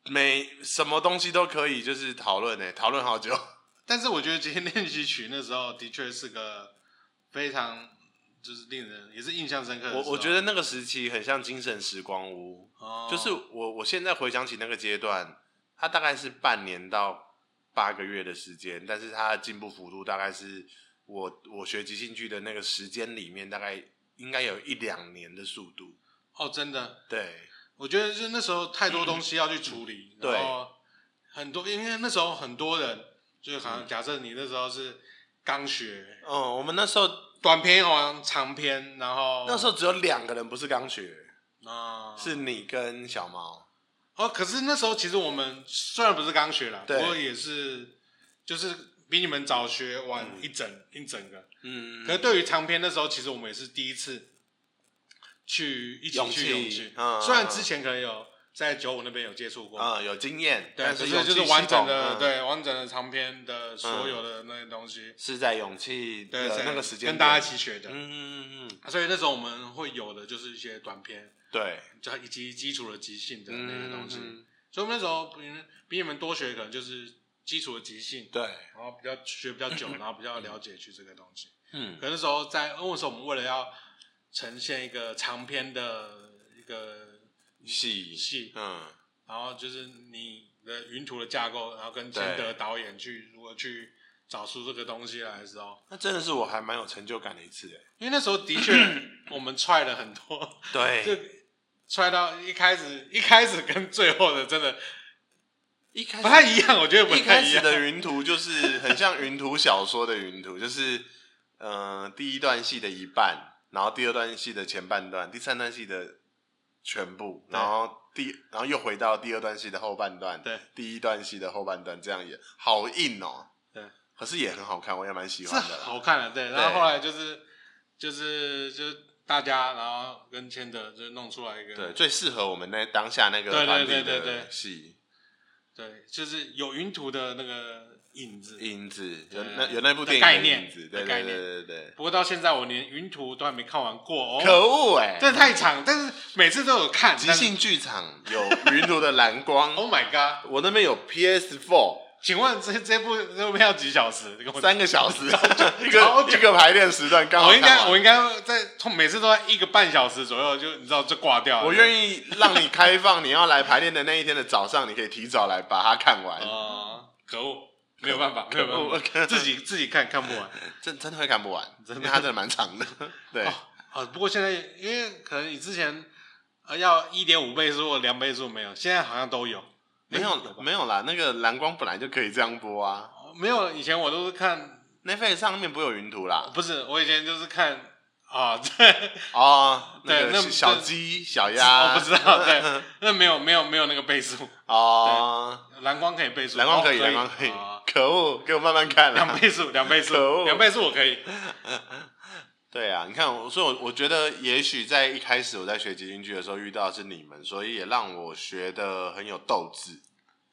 [SPEAKER 1] 每什么东西都可以，就是讨论呢，讨论好久。
[SPEAKER 2] 但是我觉得今天练习曲那时候的确是个非常就是令人也是啊印象深刻的时
[SPEAKER 1] 我
[SPEAKER 2] 候。
[SPEAKER 1] 我觉得那个时期很像精神时光屋，
[SPEAKER 2] 哦
[SPEAKER 1] 就是我我现在回想起那个阶段，它大概是半年到八个月的时间，但是它的进步幅度大概是我我学即兴剧的那个时间里面，大概应该有一两年的速度。
[SPEAKER 2] 哦，真的，
[SPEAKER 1] 对，
[SPEAKER 2] 我觉得就是那时候太多东西要去处理，
[SPEAKER 1] 嗯对
[SPEAKER 2] 然后很多，因为那时候很多人，就是好像假设你那时候是刚学
[SPEAKER 1] 嗯，我们那时候
[SPEAKER 2] 短篇好像长篇，然后
[SPEAKER 1] 那时候只有两个人不是刚学，
[SPEAKER 2] 候啊、
[SPEAKER 1] 是你跟小毛。
[SPEAKER 2] 哦，可是那时候其实我们虽然不是刚学啦，不
[SPEAKER 1] 对
[SPEAKER 2] 过也是就是比你们早学晚一整、一整个。
[SPEAKER 1] 嗯
[SPEAKER 2] 可是对于长篇那时候，其实我们也是第一次去一起
[SPEAKER 1] 勇
[SPEAKER 2] 去
[SPEAKER 1] 气
[SPEAKER 2] 勇气，
[SPEAKER 1] 嗯
[SPEAKER 2] 虽然
[SPEAKER 1] 嗯
[SPEAKER 2] 之前可能有在九五那边有接触过，
[SPEAKER 1] 啊、有经验，
[SPEAKER 2] 对，
[SPEAKER 1] 但
[SPEAKER 2] 可
[SPEAKER 1] 是
[SPEAKER 2] 是
[SPEAKER 1] 勇
[SPEAKER 2] 就
[SPEAKER 1] 气
[SPEAKER 2] 是完整
[SPEAKER 1] 系
[SPEAKER 2] 的，
[SPEAKER 1] 统。嗯
[SPEAKER 2] 对完整的长篇的所有的那些东西，
[SPEAKER 1] 是在勇气
[SPEAKER 2] 对，
[SPEAKER 1] 的
[SPEAKER 2] 在
[SPEAKER 1] 那个时间
[SPEAKER 2] 跟大家一
[SPEAKER 1] 点，
[SPEAKER 2] 起学的。啊
[SPEAKER 1] 嗯嗯嗯嗯，
[SPEAKER 2] 所以那时候我们会有的就是一些短篇，
[SPEAKER 1] 对，
[SPEAKER 2] 就以及基础的即兴的那些东西。
[SPEAKER 1] 嗯嗯嗯
[SPEAKER 2] 所以我们那时候比你们比你们多学，可能就是基础的即兴，
[SPEAKER 1] 嗯对，
[SPEAKER 2] 然后比较学比较久，然后比较了解去这个东西。
[SPEAKER 1] 嗯，
[SPEAKER 2] 可那时候在，因为那时候我们为了要呈现一个长篇的一个
[SPEAKER 1] 戏，
[SPEAKER 2] 戏，
[SPEAKER 1] 嗯，
[SPEAKER 2] 然后就是你的云图的架构，然后跟金德导演去如何去找出这个东西来的时候，
[SPEAKER 1] 那真的是我还蛮有成就感的一次哎。
[SPEAKER 2] 因为那时候的 确我们踹了很多，就
[SPEAKER 1] 对，
[SPEAKER 2] 踹到一开始一开始跟最后的真的
[SPEAKER 1] 一开
[SPEAKER 2] 不太一样，我觉得不
[SPEAKER 1] 一
[SPEAKER 2] 太
[SPEAKER 1] 开
[SPEAKER 2] 一
[SPEAKER 1] 始
[SPEAKER 2] 样。
[SPEAKER 1] 的云图就是很像云图小说的云图，就是呃第一段戏的一半，然后第二段戏的前半段，第三段戏的全部，
[SPEAKER 2] 对
[SPEAKER 1] 然后第然后又回到第二段戏的后半段，
[SPEAKER 2] 对，
[SPEAKER 1] 第一段戏的后半段这样演，好硬哦。
[SPEAKER 2] 对，
[SPEAKER 1] 可是也很好看，我也蛮喜
[SPEAKER 2] 是
[SPEAKER 1] 欢的啦。
[SPEAKER 2] 好看的，对。然后后来就是就是就是大家，然后跟千德就弄出来一个，
[SPEAKER 1] 对，最适合我们那当下那个
[SPEAKER 2] 对对
[SPEAKER 1] 团体
[SPEAKER 2] 对对对
[SPEAKER 1] 的戏
[SPEAKER 2] 对就是有云图的那个影子。
[SPEAKER 1] 影子，有
[SPEAKER 2] 对
[SPEAKER 1] 那有那部
[SPEAKER 2] 嗯的
[SPEAKER 1] 电影
[SPEAKER 2] 概
[SPEAKER 1] 的
[SPEAKER 2] 念
[SPEAKER 1] 影子，
[SPEAKER 2] 的
[SPEAKER 1] 对
[SPEAKER 2] 概
[SPEAKER 1] 对
[SPEAKER 2] 念
[SPEAKER 1] 对对对。
[SPEAKER 2] 不过到现在我连云图都还没看完过哦，
[SPEAKER 1] 可恶哎、
[SPEAKER 2] 真的太长，但是每次都有看。
[SPEAKER 1] 即
[SPEAKER 2] 但是
[SPEAKER 1] 兴剧场有云图的蓝 光，
[SPEAKER 2] Oh my god！
[SPEAKER 1] 我那边有 PS Four，
[SPEAKER 2] 请问这这部这部片要几小时？你跟我讲
[SPEAKER 1] 三个小 时，一
[SPEAKER 2] 超
[SPEAKER 1] 个
[SPEAKER 2] 久
[SPEAKER 1] 一个排练时段刚好
[SPEAKER 2] 我应
[SPEAKER 1] 看
[SPEAKER 2] 该
[SPEAKER 1] 完
[SPEAKER 2] 我应该在通每次都在一个半小时左右，就你知道就挂掉了。
[SPEAKER 1] 我
[SPEAKER 2] 意
[SPEAKER 1] 愿意让你开放，你要来排练的那一天的早上，你可以提早来把它看完。
[SPEAKER 2] 啊，可恶，没有办法，没有办
[SPEAKER 1] 可
[SPEAKER 2] 法，
[SPEAKER 1] 恶
[SPEAKER 2] 自己自己看看不完。
[SPEAKER 1] 真真的会看不完，因为它真的蛮长 的。对，
[SPEAKER 2] 哦啊，不过现在因为可能你之前呃要一点五倍速、两倍速没有，现在好像都有。
[SPEAKER 1] 没
[SPEAKER 2] 诶
[SPEAKER 1] 有
[SPEAKER 2] 吧
[SPEAKER 1] 没有啦，那个蓝光本来就可以这样播啊。
[SPEAKER 2] 哦没有，以前我都是看，
[SPEAKER 1] Netflix 上面不会有云图啦，
[SPEAKER 2] 不是我以前就是看啊，对，
[SPEAKER 1] 哦，
[SPEAKER 2] 对那
[SPEAKER 1] 个小
[SPEAKER 2] 那
[SPEAKER 1] 鸡、小鸭，
[SPEAKER 2] 我不知道， 对，那没有没有没有那个倍速，
[SPEAKER 1] 哦，
[SPEAKER 2] 蓝光可以倍速，
[SPEAKER 1] 蓝光
[SPEAKER 2] 哦
[SPEAKER 1] 可以，
[SPEAKER 2] 以，
[SPEAKER 1] 蓝光可以
[SPEAKER 2] 啊，
[SPEAKER 1] 可恶，给我慢慢看啦
[SPEAKER 2] 两 倍速，两倍
[SPEAKER 1] 可
[SPEAKER 2] 速，
[SPEAKER 1] 恶
[SPEAKER 2] 两倍速我可以。
[SPEAKER 1] 对啊，你看，我所以我我觉得，也许在一开始我在学即兴剧的时候遇到的是你们，所以也让我学的很有斗志。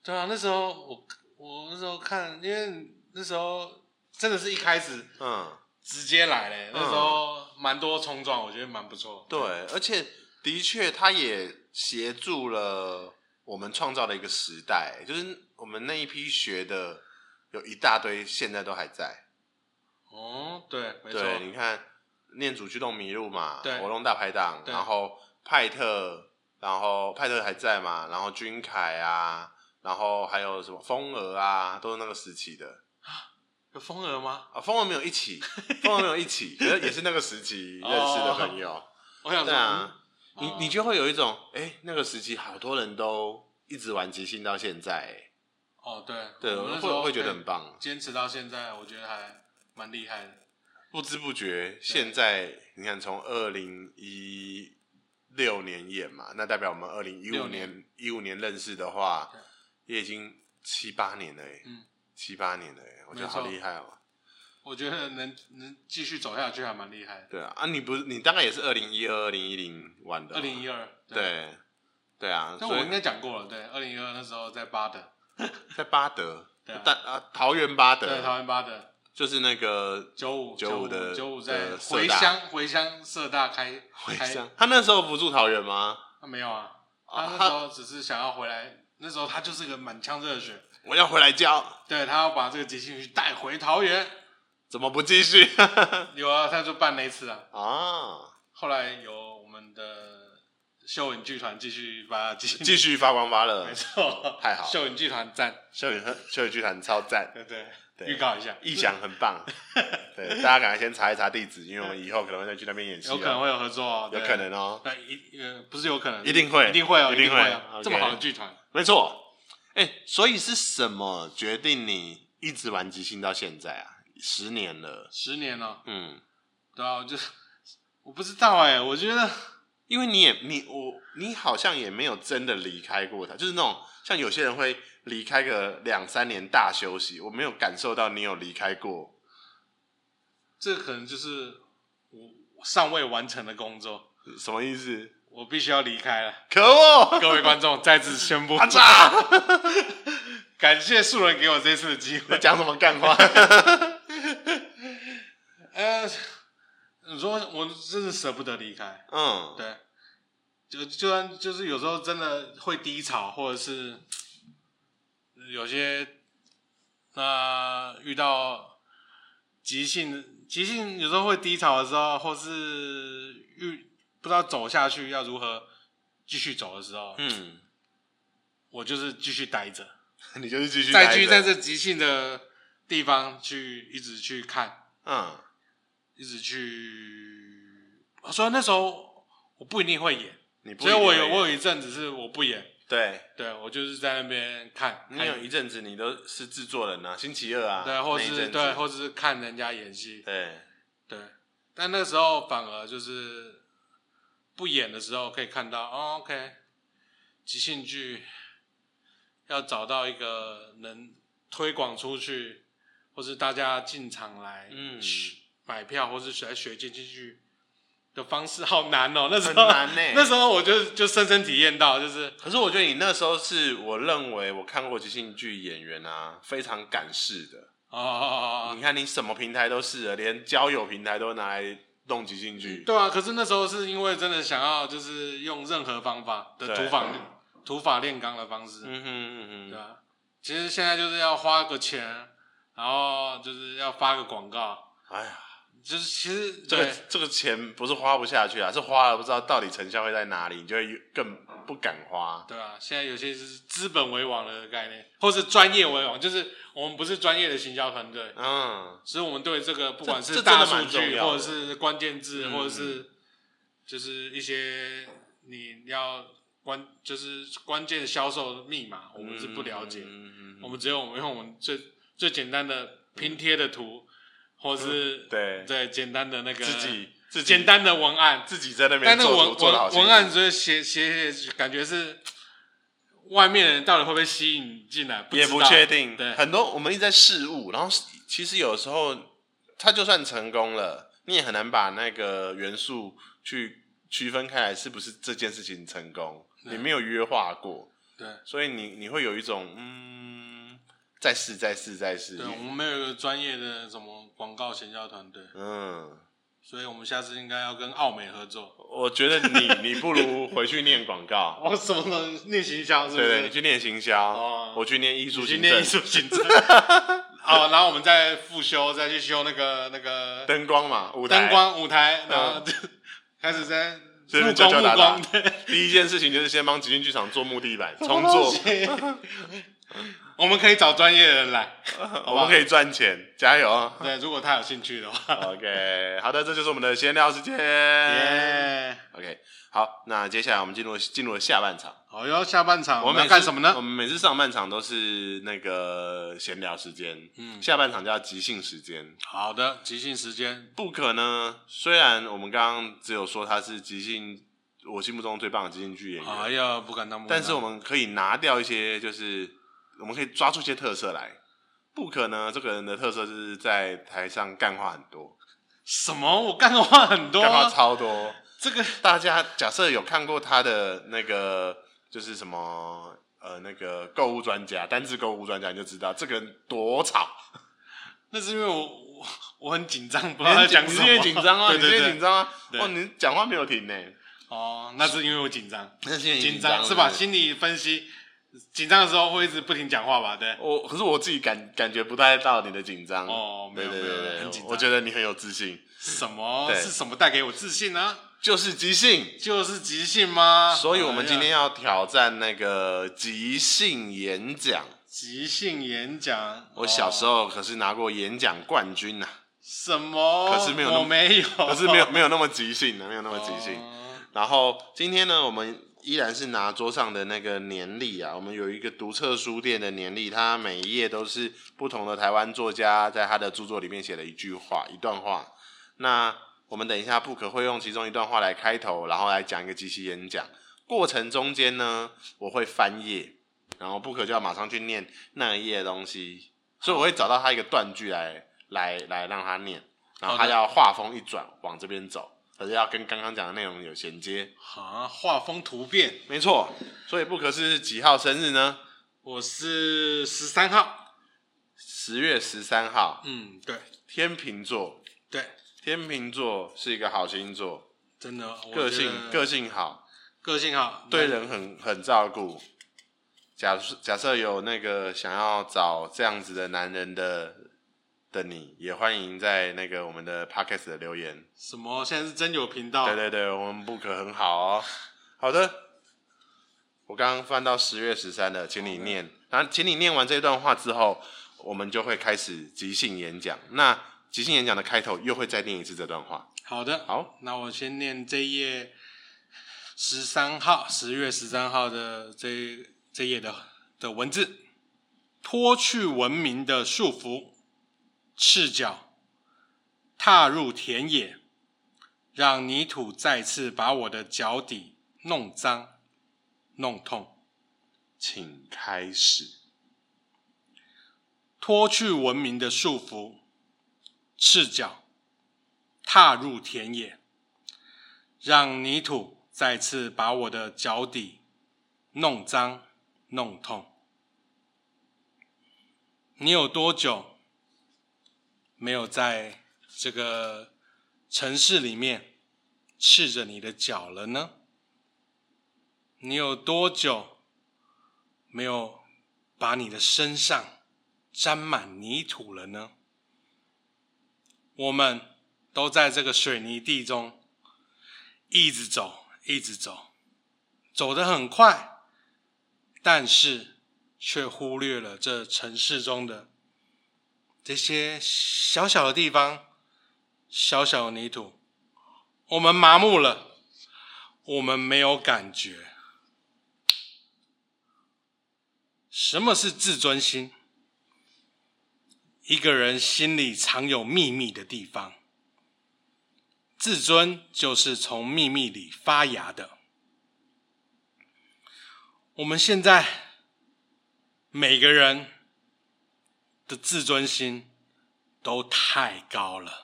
[SPEAKER 2] 对啊，那时候我我那时候看，因为那时候真的是一开始
[SPEAKER 1] 嗯，
[SPEAKER 2] 直接来嘞，那时候蛮多冲撞，我觉得蛮不错。
[SPEAKER 1] 对，而且的确，它也协助了我们创造了一个时代，就是我们那一批学的有一大堆，现在都还在。
[SPEAKER 2] 哦，对，没错，
[SPEAKER 1] 对，你看，念主驱动迷路嘛，
[SPEAKER 2] 对
[SPEAKER 1] 活动大排档，
[SPEAKER 2] 对
[SPEAKER 1] 然后派特，然后派特还在嘛，然后君凯啊，然后还有什么风儿啊，都是那个时期的
[SPEAKER 2] 有风儿吗？
[SPEAKER 1] 啊。风儿没有一 起，风儿没有一起，可是也是那个时期
[SPEAKER 2] 哦
[SPEAKER 1] 认识的朋友。
[SPEAKER 2] 我想
[SPEAKER 1] 对
[SPEAKER 2] 说，
[SPEAKER 1] 啊，
[SPEAKER 2] 嗯
[SPEAKER 1] 你你就会有一种，哎、那个时期好多人都一直玩即兴到现在、诶
[SPEAKER 2] 哦，对，
[SPEAKER 1] 对，
[SPEAKER 2] 我们那时
[SPEAKER 1] 会
[SPEAKER 2] 候
[SPEAKER 1] 会觉得
[SPEAKER 2] 可
[SPEAKER 1] 很
[SPEAKER 2] 以
[SPEAKER 1] 棒。
[SPEAKER 2] 坚持到现在，我觉得还蛮厉害的。
[SPEAKER 1] 不知不觉，现在你看，从二零一六年演嘛，那代表我们二零一
[SPEAKER 2] 六
[SPEAKER 1] 五
[SPEAKER 2] 年
[SPEAKER 1] 年一五年认识的话
[SPEAKER 2] 对，
[SPEAKER 1] 也已经七八年了、欸，
[SPEAKER 2] 嗯，
[SPEAKER 1] 七八年了、欸，我觉得
[SPEAKER 2] 没错
[SPEAKER 1] 好厉害哦、
[SPEAKER 2] 我觉得能能继续走下去还蛮厉害的。
[SPEAKER 1] 对啊，啊，你不是你大概也是二零一二、二零一零玩的哦嘛，
[SPEAKER 2] 二零一二，，
[SPEAKER 1] 啊对对啊，
[SPEAKER 2] 但
[SPEAKER 1] 所
[SPEAKER 2] 我应
[SPEAKER 1] 以
[SPEAKER 2] 该讲过了，对，二零一二那时候在巴德，
[SPEAKER 1] 在巴德
[SPEAKER 2] 对啊，
[SPEAKER 1] 但啊桃园巴
[SPEAKER 2] 对，桃
[SPEAKER 1] 德
[SPEAKER 2] 园巴德
[SPEAKER 1] 就是那个
[SPEAKER 2] 九五
[SPEAKER 1] 95
[SPEAKER 2] 五
[SPEAKER 1] 的
[SPEAKER 2] 九五在
[SPEAKER 1] 的
[SPEAKER 2] 回
[SPEAKER 1] 社大
[SPEAKER 2] 乡回乡社大开
[SPEAKER 1] 回
[SPEAKER 2] 开
[SPEAKER 1] 乡，他那时候不住桃园吗？
[SPEAKER 2] 啊没有啊，
[SPEAKER 1] 啊
[SPEAKER 2] 他那时候只是想要回来，那时候他就是个满腔热血，
[SPEAKER 1] 我要回来教，
[SPEAKER 2] 对他要把这个即兴剧带回桃园。
[SPEAKER 1] 怎么不继续？
[SPEAKER 2] 有啊，他就办那一次啊。
[SPEAKER 1] 啊，
[SPEAKER 2] 后来由我们的秀影剧团继续把即兴，
[SPEAKER 1] 继续发光发
[SPEAKER 2] 没
[SPEAKER 1] 热，
[SPEAKER 2] 错，
[SPEAKER 1] 太好了
[SPEAKER 2] 秀影剧团赞，
[SPEAKER 1] 秀宇秀宇剧团超赞，
[SPEAKER 2] 对对，
[SPEAKER 1] 对
[SPEAKER 2] 预告一下，
[SPEAKER 1] 意向很 棒。对，大家赶快先查一查地址，因为我们以后可能会再去那边演戏、
[SPEAKER 2] 有可能
[SPEAKER 1] 哦，
[SPEAKER 2] 会有合作哦，
[SPEAKER 1] 有
[SPEAKER 2] 对
[SPEAKER 1] 可能哦，
[SPEAKER 2] 那一呃不是有可能，
[SPEAKER 1] 一定会
[SPEAKER 2] 一定会哦，
[SPEAKER 1] 一
[SPEAKER 2] 一
[SPEAKER 1] 定
[SPEAKER 2] 定
[SPEAKER 1] 会
[SPEAKER 2] 哦
[SPEAKER 1] OK
[SPEAKER 2] 这么好的剧团，
[SPEAKER 1] 没错。哎、所以是什么决定你一直玩即兴到现在啊？十年了，
[SPEAKER 2] 十年哦了，
[SPEAKER 1] 嗯，
[SPEAKER 2] 对啊，我就我不知道哎，我觉得
[SPEAKER 1] 因为你也你我你好像也没有真的离开过它，就是那种像有些人会离开个两三年大休息，我没有感受到你有离开过。
[SPEAKER 2] 这可能就是我尚未完成的工作，
[SPEAKER 1] 什么意思？
[SPEAKER 2] 我必须要离开了。
[SPEAKER 1] 可恶！
[SPEAKER 2] 各位观众，再次宣布，
[SPEAKER 1] 阿炸！
[SPEAKER 2] 感谢素人给我这次的机
[SPEAKER 1] 在
[SPEAKER 2] 会。
[SPEAKER 1] 讲什么干 话？
[SPEAKER 2] 呃，你说我真是舍不得离开，
[SPEAKER 1] 嗯，
[SPEAKER 2] 对，就就算就是有时候真的会低潮，或者是有些那、遇到急性急性，有时候会低潮的时候，或是遇不知道走下去要如何继续走的时候，
[SPEAKER 1] 嗯，
[SPEAKER 2] 我就是继续待着，
[SPEAKER 1] 你就是继续
[SPEAKER 2] 再
[SPEAKER 1] 待
[SPEAKER 2] 继续
[SPEAKER 1] 着
[SPEAKER 2] 在这急性的地方去一直去看，
[SPEAKER 1] 嗯
[SPEAKER 2] 一直去。所以那时候我不一定会演，
[SPEAKER 1] 你不
[SPEAKER 2] 所
[SPEAKER 1] 一
[SPEAKER 2] 以
[SPEAKER 1] 定
[SPEAKER 2] 我
[SPEAKER 1] 会
[SPEAKER 2] 有
[SPEAKER 1] 演
[SPEAKER 2] 我有一阵子是我不演，
[SPEAKER 1] 对，
[SPEAKER 2] 对我就是在那边看，
[SPEAKER 1] 你
[SPEAKER 2] 看
[SPEAKER 1] 有一阵子你都是制作人啊，星期二啊，
[SPEAKER 2] 嗯对，或
[SPEAKER 1] 那一阵
[SPEAKER 2] 是
[SPEAKER 1] 子
[SPEAKER 2] 对，或是看人家演戏，
[SPEAKER 1] 对，
[SPEAKER 2] 对。但那个时候反而就是不演的时候，可以看到、哦、，OK，即兴剧要找到一个能推广出去，或是大家进场来，
[SPEAKER 1] 嗯
[SPEAKER 2] 嘘，买票或是来学即兴剧的方式，好难哦。那时
[SPEAKER 1] 很
[SPEAKER 2] 候，
[SPEAKER 1] 难欸呢、
[SPEAKER 2] 那时候我就就深深体验到，就是
[SPEAKER 1] 可是我觉得你那时候是我认为我看过即兴剧演员啊，非常敢试的。
[SPEAKER 2] 哦哦哦哦哦，
[SPEAKER 1] 你看你什么平台都试了，连交友平台都拿来弄即兴剧。
[SPEAKER 2] 对啊，可是那时候是因为真的想要就是用任何方法的
[SPEAKER 1] 对
[SPEAKER 2] 土法土法炼钢的方式，
[SPEAKER 1] 嗯哼嗯
[SPEAKER 2] 对
[SPEAKER 1] 哼，
[SPEAKER 2] 啊。其实现在就是要花个钱，然后就是要发个广告，
[SPEAKER 1] 哎呀，
[SPEAKER 2] 就是其实
[SPEAKER 1] 这
[SPEAKER 2] 对
[SPEAKER 1] 个这个钱不是花不下去啊，是花了不知道到底成效会在哪里，你就会更不敢花。
[SPEAKER 2] 对啊，现在有些是资本为王的概念，或是专业为王，就是我们不是专业的行销团队，
[SPEAKER 1] 嗯，
[SPEAKER 2] 所以我们对这个不管
[SPEAKER 1] 这
[SPEAKER 2] 是
[SPEAKER 1] 这真的
[SPEAKER 2] 大数
[SPEAKER 1] 蛮重
[SPEAKER 2] 据，
[SPEAKER 1] 要的
[SPEAKER 2] 或者是关键字，
[SPEAKER 1] 嗯
[SPEAKER 2] 或者是就是一些你要关就是关键销售密码，我们是不了解，
[SPEAKER 1] 嗯嗯嗯嗯嗯
[SPEAKER 2] 我们只有我们用我们最最简单的拼贴的图，或是、
[SPEAKER 1] 对
[SPEAKER 2] 对简单的那个
[SPEAKER 1] 自己自己
[SPEAKER 2] 简单的文案，
[SPEAKER 1] 自己在那边
[SPEAKER 2] 但那个
[SPEAKER 1] 做
[SPEAKER 2] 文
[SPEAKER 1] 图做的好
[SPEAKER 2] 文
[SPEAKER 1] 辛苦
[SPEAKER 2] 文案，所以写写写，感觉是外面的人到底会不会吸引进来，
[SPEAKER 1] 也
[SPEAKER 2] 不
[SPEAKER 1] 不
[SPEAKER 2] 知道
[SPEAKER 1] 确定，
[SPEAKER 2] 对
[SPEAKER 1] 很多我们一直在试误，然后其实有时候他就算成功了，你也很难把那个元素去区分开来，是不是这件事情成功？
[SPEAKER 2] 对
[SPEAKER 1] 你没有约化过，
[SPEAKER 2] 对。
[SPEAKER 1] 所以你你会有一种嗯，再试再试再试
[SPEAKER 2] 对，，我们没有一个专业的什么广告行销团队，
[SPEAKER 1] 嗯，
[SPEAKER 2] 所以我们下次应该要跟奥美合作。
[SPEAKER 1] 我觉得 你你不如回去念广告，
[SPEAKER 2] 我哦什么东西念行销是
[SPEAKER 1] 对对，你去念行销，
[SPEAKER 2] 哦
[SPEAKER 1] 我去念艺术
[SPEAKER 2] 你去
[SPEAKER 1] 行
[SPEAKER 2] 念
[SPEAKER 1] 政
[SPEAKER 2] 艺，术行政。 好，然后我们再复修，再去修那个那个
[SPEAKER 1] 灯光嘛，舞台
[SPEAKER 2] 灯光舞台，然后就开始在
[SPEAKER 1] 这边
[SPEAKER 2] 木
[SPEAKER 1] 敲敲
[SPEAKER 2] 工
[SPEAKER 1] 打
[SPEAKER 2] 木
[SPEAKER 1] 打
[SPEAKER 2] 工对。
[SPEAKER 1] 第一件事情就是先帮极限剧场做木地 板，重
[SPEAKER 2] 工
[SPEAKER 1] 做
[SPEAKER 2] 作，。我们可以找专业的人 来。
[SPEAKER 1] 我们可以赚 钱，加油啊
[SPEAKER 2] 对，如果他有兴趣的 话。
[SPEAKER 1] ！OK，好的，这就是我们的闲聊时间。
[SPEAKER 2] 耶！
[SPEAKER 1] OK，好，那接下来我们进入进入了下半场。
[SPEAKER 2] 好哟，下半场
[SPEAKER 1] 我
[SPEAKER 2] 我
[SPEAKER 1] 们
[SPEAKER 2] 们要
[SPEAKER 1] 每次
[SPEAKER 2] 干什
[SPEAKER 1] 我
[SPEAKER 2] 么呢？
[SPEAKER 1] 们每次上半场都是那个闲聊时间，
[SPEAKER 2] 嗯
[SPEAKER 1] 下半场叫即兴时间。
[SPEAKER 2] 好的，即兴时间。
[SPEAKER 1] 不可呢，虽然我们刚刚只有说他是即兴，我心目中最棒的即兴剧演员，
[SPEAKER 2] 哎呀，不敢当，不敢
[SPEAKER 1] 但是
[SPEAKER 2] 当
[SPEAKER 1] 我们可以拿掉一些，就是我们可以抓出一些特色来。布克呢，这个人的特色就是在台上干话很多，
[SPEAKER 2] 什么？我干的话很多、
[SPEAKER 1] 干话
[SPEAKER 2] 啊，
[SPEAKER 1] 超多。
[SPEAKER 2] 这个
[SPEAKER 1] 大家假设有看过他的那个，就是什么呃那个购物专家，单字购物专家，你就知道这个人多吵。
[SPEAKER 2] 那是因为我我我很紧张，不
[SPEAKER 1] 你
[SPEAKER 2] 知道在
[SPEAKER 1] 很
[SPEAKER 2] 讲
[SPEAKER 1] 紧，
[SPEAKER 2] 什
[SPEAKER 1] 你
[SPEAKER 2] 么。
[SPEAKER 1] 是因为紧张啊，
[SPEAKER 2] 对
[SPEAKER 1] 你是
[SPEAKER 2] 对
[SPEAKER 1] 因为
[SPEAKER 2] 对
[SPEAKER 1] 紧张啊。
[SPEAKER 2] 对
[SPEAKER 1] 哦，你讲话没有停呢，
[SPEAKER 2] 哦，那是因为我紧张，
[SPEAKER 1] 那是因为
[SPEAKER 2] 紧张是吧？心理分析紧张的时候会一直不停讲话吧？对，
[SPEAKER 1] 我可是我自己感感觉不太到你的紧张
[SPEAKER 2] 哦没有
[SPEAKER 1] 对对
[SPEAKER 2] 没有
[SPEAKER 1] 对对
[SPEAKER 2] 很紧张
[SPEAKER 1] 我觉得你很有自信，
[SPEAKER 2] 什么
[SPEAKER 1] 对
[SPEAKER 2] 是什么带给我自信呢？
[SPEAKER 1] 就是即兴。
[SPEAKER 2] 就是即兴吗？
[SPEAKER 1] 所以我们今天
[SPEAKER 2] 哎呀
[SPEAKER 1] 要挑战那个即兴演讲。
[SPEAKER 2] 即兴演讲，
[SPEAKER 1] 我小时
[SPEAKER 2] 候、
[SPEAKER 1] 候可是拿过演讲冠军啊呐、
[SPEAKER 2] 什么？
[SPEAKER 1] 可是没有那么
[SPEAKER 2] 我没有，
[SPEAKER 1] 可
[SPEAKER 2] 可
[SPEAKER 1] 是没有没有那么即兴的，没有那么即兴。
[SPEAKER 2] 哦
[SPEAKER 1] 然后今天呢，我们依然是拿桌上的那个年历啊，我们有一个读册书店的年历，它每一页都是不同的台湾作家在他的著作里面写的一句话、一段话。那我们等一下不可会用其中一段话来开头，然后来讲一个即席演讲。过程中间呢，我会翻页，然后不可就要马上去念那一页的东西，所以我会找到他一个断句来来来让他念，然后他
[SPEAKER 2] 好的
[SPEAKER 1] 要话锋一转往这边走，可是要跟刚刚讲的内容有衔接。
[SPEAKER 2] 啊，画风突变。
[SPEAKER 1] 没错，所以不可是几号生日呢？
[SPEAKER 2] 我是十三号，
[SPEAKER 1] 十月十三号，
[SPEAKER 2] 嗯，对
[SPEAKER 1] 天秤座。
[SPEAKER 2] 对，
[SPEAKER 1] 天秤座是一个好星座，
[SPEAKER 2] 真的，我
[SPEAKER 1] 个
[SPEAKER 2] 觉
[SPEAKER 1] 性
[SPEAKER 2] 得
[SPEAKER 1] 个性好，
[SPEAKER 2] 个性好，
[SPEAKER 1] 对
[SPEAKER 2] 那
[SPEAKER 1] 人很很照顾。假设假设有那个想要找这样子的男人的的你，也欢迎在那个我们的 podcast 的留言。
[SPEAKER 2] 什么？现在是真有频道，
[SPEAKER 1] 对对对，我们不可很好哦。好的，我刚刚翻到十月十三了，请你念。然后，请你念完这段话之后，我们就会开始即兴演讲。那即兴演讲的开头又会再念一次这段话。
[SPEAKER 2] 好的，
[SPEAKER 1] 好，
[SPEAKER 2] 那我先念这一页十三号，十月十三号的这这一页的的文字：脱去文明的束缚，赤脚踏入田野，让泥土再次把我的脚底弄脏、弄痛。
[SPEAKER 1] 请开始。
[SPEAKER 2] 脱去文明的束缚，赤脚踏入田野，让泥土再次把我的脚底弄脏、弄痛。你有多久没有在这个城市里面赤着你的脚了呢？你有多久没有把你的身上沾满泥土了呢？我们都在这个水泥地中一直走，一直走，走得很快，但是却忽略了这城市中的这些小小的地方、小小的泥土。我们麻木了，我们没有感觉。什么是自尊心？一个人心里藏有秘密的地方，自尊就是从秘密里发芽的。我们现在每个人的自尊心都太高了。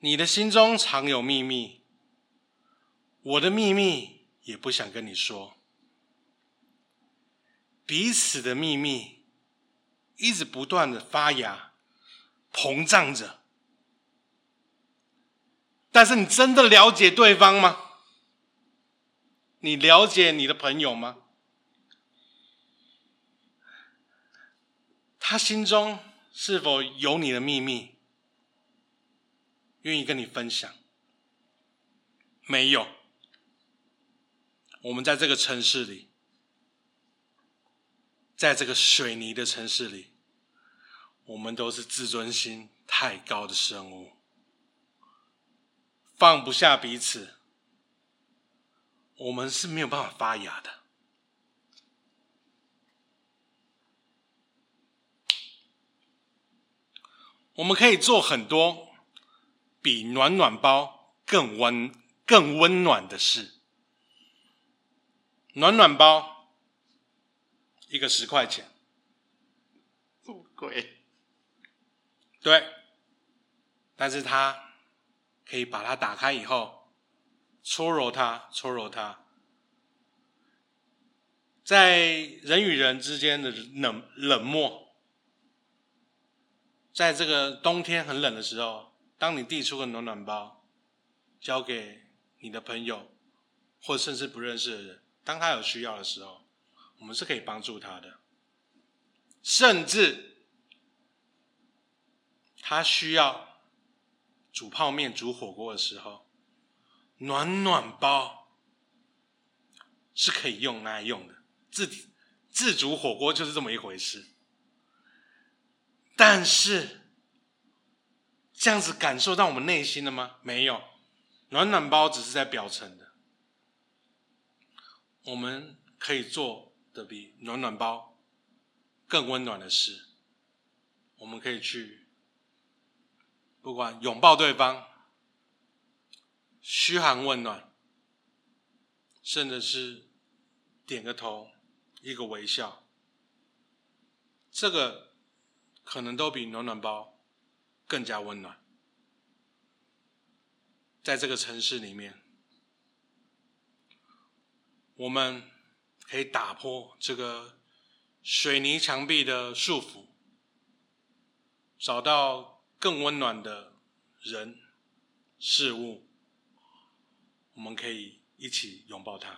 [SPEAKER 2] 你的心中藏有秘密，我的秘密也不想跟你说。彼此的秘密一直不断的发芽、膨胀着。但是你真的了解对方吗？你了解你的朋友吗？他心中是否有你的秘密，愿意跟你分享？没有。我们在这个城市里，在这个水泥的城市里，我们都是自尊心太高的生物，放不下彼此，我们是没有办法发芽的。我们可以做很多比暖暖包更温更温暖的事。暖暖包一个十块钱，
[SPEAKER 1] 什么鬼？
[SPEAKER 2] 对，但是它可以把它打开以后，搓揉它，搓揉它，在人与人之间的冷冷漠，在这个冬天很冷的时候，当你递出个暖暖包，交给你的朋友，或甚至不认识的人，当他有需要的时候，我们是可以帮助他的，甚至他需要煮泡面、煮火锅的时候，暖暖包是可以用来用的，自自煮火锅就是这么一回事。但是这样子感受到我们内心了吗？没有，暖暖包只是在表层的。我们可以做的比暖暖包更温暖的事，我们可以去不管拥抱对方，嘘寒问暖，甚至是点个头，一个微笑，这个可能都比暖暖包更加温暖。在这个城市里面，我们可以打破这个水泥墙壁的束缚，找到更温暖的人、事物，我们可以一起拥抱它。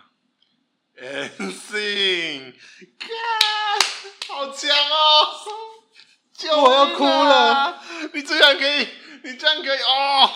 [SPEAKER 1] n s i 好强哦！救命啊
[SPEAKER 2] 我要哭了！
[SPEAKER 1] 你居然可以，你居然可以哦！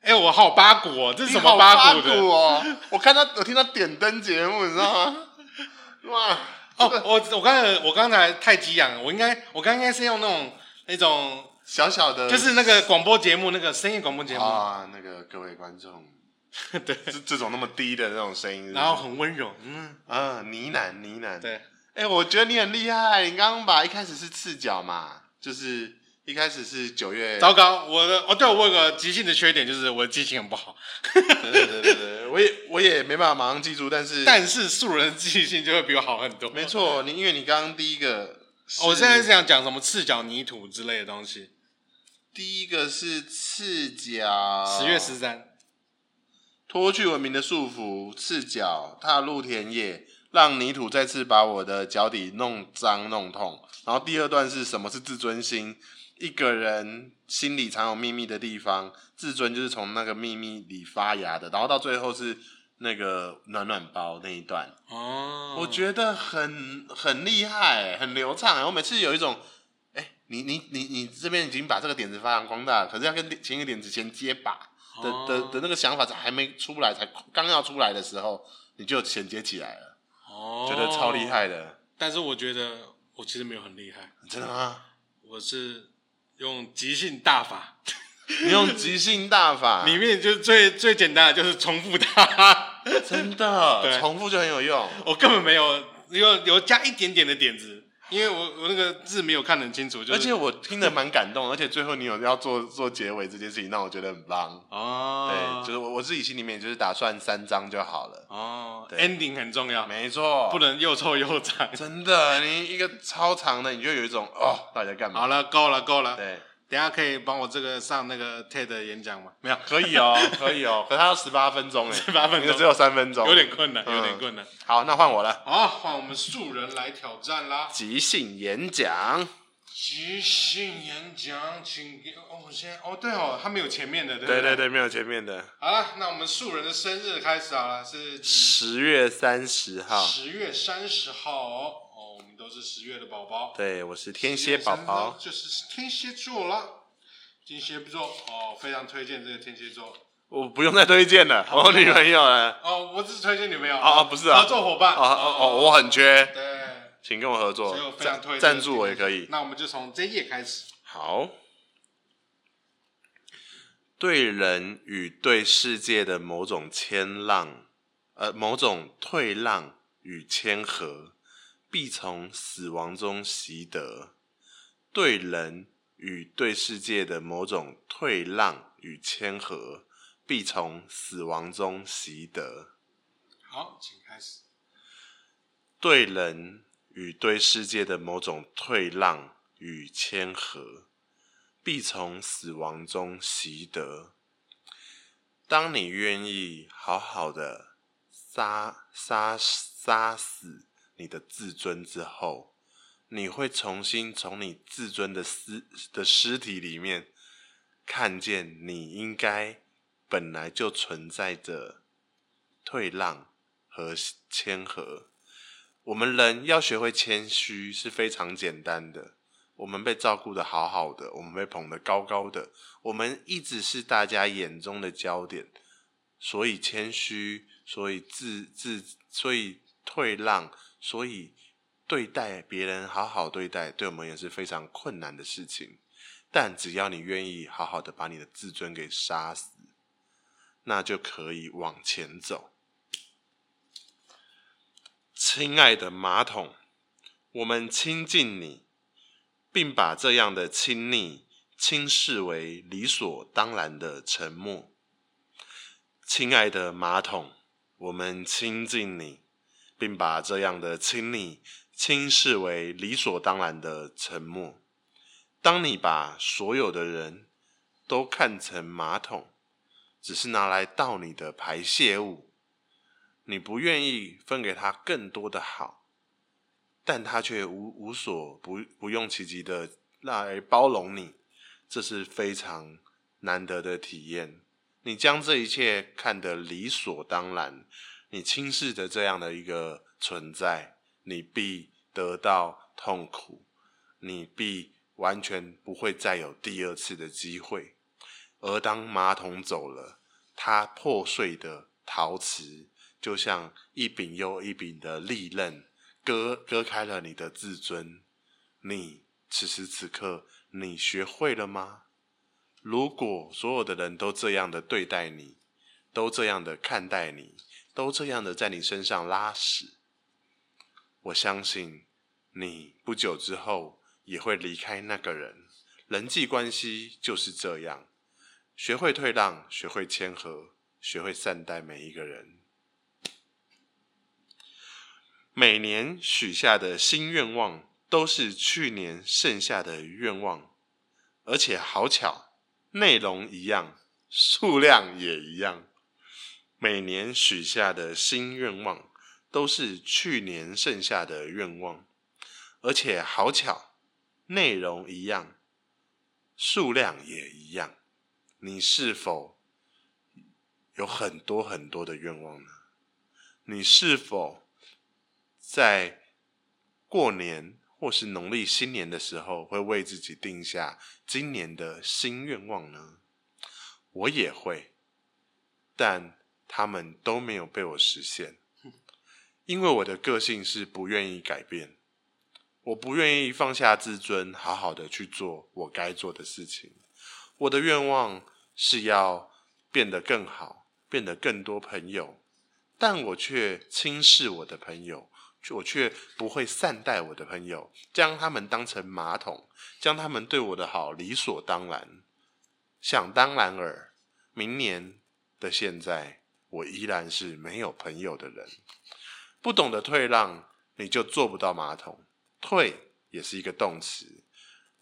[SPEAKER 2] 哎、我好八股哦，这是什
[SPEAKER 1] 你好
[SPEAKER 2] 么
[SPEAKER 1] 八
[SPEAKER 2] 股的？
[SPEAKER 1] 哦！我看他，我听他点灯节目，你知道吗？ 哇！这
[SPEAKER 2] 哦
[SPEAKER 1] 个，
[SPEAKER 2] 我我刚才我刚才太激昂了，我应该我刚刚应该是用那种那种，
[SPEAKER 1] 小小的，
[SPEAKER 2] 就是那个广播节目，那个声音广播节目，
[SPEAKER 1] 啊，那个各位观众，
[SPEAKER 2] 对，
[SPEAKER 1] 这这种那么低的那种声音，
[SPEAKER 2] 然后很温柔，嗯，
[SPEAKER 1] 啊，呢喃呢喃，
[SPEAKER 2] 对，
[SPEAKER 1] 哎、我觉得你很厉害，你刚刚把一开始是赤脚嘛，就是一开始是九月，
[SPEAKER 2] 糟糕，我的哦，对我有个急性的缺点就是我的记性很不好，
[SPEAKER 1] 对对对对对，我也我也没办法马上记住，但是
[SPEAKER 2] 但是素人的记性就会比我好很多。哦
[SPEAKER 1] 没错，你因为你刚刚第一个是，
[SPEAKER 2] 我现在是想讲什么赤脚泥土之类的东西。
[SPEAKER 1] 第一个是赤脚，
[SPEAKER 2] 十月十三，
[SPEAKER 1] 脱去文明的束缚，赤脚踏入田野，让泥土再次把我的脚底弄脏弄痛。然后第二段是什么是自尊心？一个人心里藏有秘密的地方，自尊就是从那个秘密里发芽的。然后到最后是那个暖暖包那一段，
[SPEAKER 2] 哦，
[SPEAKER 1] 我觉得很很厉害、很流畅、我每次有一种，哎、你你你你这边已经把这个点子发扬光大了，可是要跟前一个点子衔接吧。的
[SPEAKER 2] 哦
[SPEAKER 1] 的的那个想法才还没出来，才刚要出来的时候，你就衔接起来了，
[SPEAKER 2] 哦
[SPEAKER 1] 觉得超厉。害的，
[SPEAKER 2] 但是我觉得我其实没有很厉害，
[SPEAKER 1] 真的吗？
[SPEAKER 2] 我是用即兴大法，
[SPEAKER 1] 你用即兴大 法，
[SPEAKER 2] 里面就是最最简单的就是重复它，
[SPEAKER 1] 真的
[SPEAKER 2] 对
[SPEAKER 1] 重复就很有用。
[SPEAKER 2] 我根本没有有有加一点点的点子，因为我我那个字没有看得很清楚，就是、
[SPEAKER 1] 而且我听得蛮感动，而且最后你有要做做结尾这件事情，让我觉得很棒。
[SPEAKER 2] 哦
[SPEAKER 1] 对，就是我我自己心里面就是打算三张就好了。
[SPEAKER 2] 哦
[SPEAKER 1] 对
[SPEAKER 2] ，ending 很重要，
[SPEAKER 1] 没错，
[SPEAKER 2] 不能又臭又 长。
[SPEAKER 1] 真的，你一个超长的，你就有一种哦，到底在干嘛？
[SPEAKER 2] 好了，够了，够了。
[SPEAKER 1] 对，
[SPEAKER 2] 等一下可以帮我这个上那个 TED 演讲吗？没有，
[SPEAKER 1] 可以 哦，可以哦，可是它要十八分钟哎，
[SPEAKER 2] 18分钟
[SPEAKER 1] 你的只有三分钟，
[SPEAKER 2] 有点困难，
[SPEAKER 1] 嗯
[SPEAKER 2] 有点困难。
[SPEAKER 1] 好，那换我了。
[SPEAKER 2] 好，换我们素人来挑战啦！
[SPEAKER 1] 即兴演讲，
[SPEAKER 2] 即兴演讲，请给哦，我现在哦，对哦，他们有前面的，对
[SPEAKER 1] 对
[SPEAKER 2] 不
[SPEAKER 1] 对
[SPEAKER 2] 对。
[SPEAKER 1] 对，没有前面的。
[SPEAKER 2] 好了，那我们素人的生日开始好了，是
[SPEAKER 1] 十月三十号，
[SPEAKER 2] 十月三十号哦。哦，我们都是十月的宝宝。
[SPEAKER 1] 对我是天蝎宝宝，
[SPEAKER 2] 就是天蝎座啦。天蝎座哦，非常推荐这个天蝎座
[SPEAKER 1] 我不用再推荐了，我有女朋友了。
[SPEAKER 2] 哦，我只是推荐女朋友
[SPEAKER 1] 哦哦不是啊
[SPEAKER 2] 合作伙伴
[SPEAKER 1] 哦哦哦，我很缺，
[SPEAKER 2] 对。
[SPEAKER 1] 请跟我合作
[SPEAKER 2] 所以我，非常推
[SPEAKER 1] 赞赞
[SPEAKER 2] 荐
[SPEAKER 1] 助我也可以。
[SPEAKER 2] 那我们就从这一页开始。
[SPEAKER 1] 好，对人与对世界的某种谦让，呃，某种退让与谦和，必从死亡中习得。对人与对世界的某种退让与谦和，必从死亡中习得。
[SPEAKER 2] 好，请开始。
[SPEAKER 1] 对人与对世界的某种退让与谦和，必从死亡中习得。当你愿意好好的杀杀杀死你的自尊之后，你会重新从你自尊的尸的尸体里面看见你应该本来就存在着退让和谦和。我们人要学会谦虚是非常简单的。我们被照顾的好好的，我们被捧得高高的，我们一直是大家眼中的焦点，所以谦虚，所以自自，所以退让，所以对待别人好好对待，对我们也是非常困难的事情。但只要你愿意好好的把你的自尊给杀死，那就可以往前走。亲爱的马桶，我们亲近你，并把这样的亲昵轻视为理所当然的沉默。亲爱的马桶，我们亲近你，并把这样的亲昵轻视为理所当然的沉默。当你把所有的人都看成马桶，只是拿来倒你的排泄物，你不愿意分给他更多的好，但他却无无所不不用其极的来包容你，这是非常难得的体验。你将这一切看得理所当然，你轻视着这样的一个存在，你必得到痛苦。你必完全不会再有第二次的机会。而当马桶走了，它破碎的陶瓷就像一柄又一柄的利刃，割割开了你的自尊。你此时此刻，你学会了吗？如果所有的人都这样的对待你，都这样的看待你，都这样的在你身上拉屎，我相信你不久之后也会离开那个人。人际关系就是这样，学会退让，学会谦和，学会善待每一个人。每年许下的新愿望都是去年剩下的愿望，而且好巧，内容一样，数量也一样。每年许下的新愿望都是去年剩下的愿望，而且好巧，内容一样，数量也一样。你是否有很多很多的愿望呢？你是否在过年或是农历新年的时候，会为自己定下今年的新愿望呢？我也会，但他们都没有被我实现，因为我的个性是不愿意改变，我不愿意放下自尊，好好的去做我该做的事情。我的愿望是要变得更好，变得更多朋友，但我却轻视我的朋友，我却不会善待我的朋友，将他们当成马桶，将他们对我的好理所当然。想当然尔，明年的现在，我依然是没有朋友的人。不懂得退让，你就做不到马桶。退也是一个动词，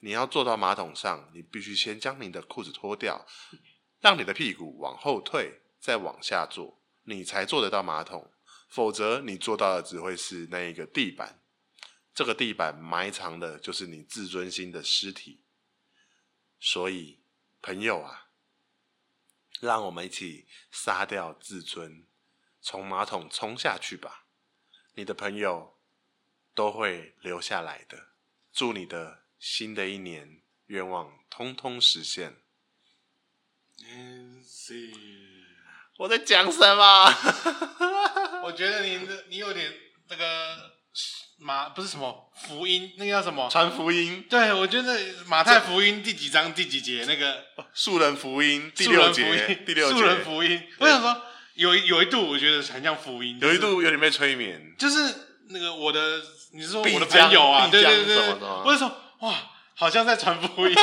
[SPEAKER 1] 你要坐到马桶上，你必须先将你的裤子脱掉，让你的屁股往后退，再往下坐，你才坐得到马桶。否则，你坐到的只会是那一个地板，这个地板埋藏的就是你自尊心的尸体。所以，朋友啊，让我们一起杀掉自尊，从马桶冲下去吧。你的朋友都会留下来的。祝你的新的一年愿望通通实现。
[SPEAKER 2] Nancy，
[SPEAKER 1] 我在讲什么？
[SPEAKER 2] 我觉得你这你有点那个马不是什么福音，那个叫什么？
[SPEAKER 1] 传福音，
[SPEAKER 2] 对，我觉得马太福音第几章第几节那个
[SPEAKER 1] 树人哦福音第
[SPEAKER 2] 树
[SPEAKER 1] 六
[SPEAKER 2] 人福
[SPEAKER 1] 节
[SPEAKER 2] 音，，
[SPEAKER 1] 第六
[SPEAKER 2] 树人
[SPEAKER 1] 节，
[SPEAKER 2] 福音。我想说，有一有一度我觉得很像福音，
[SPEAKER 1] 有一度有点被催眠。
[SPEAKER 2] 就是那个我的，你是说我
[SPEAKER 1] 必
[SPEAKER 2] 的
[SPEAKER 1] 将
[SPEAKER 2] 朋友啊？
[SPEAKER 1] 必
[SPEAKER 2] 对
[SPEAKER 1] 将
[SPEAKER 2] 对对
[SPEAKER 1] 什么
[SPEAKER 2] 对
[SPEAKER 1] 什么，
[SPEAKER 2] 我就说哇，好像在传福音，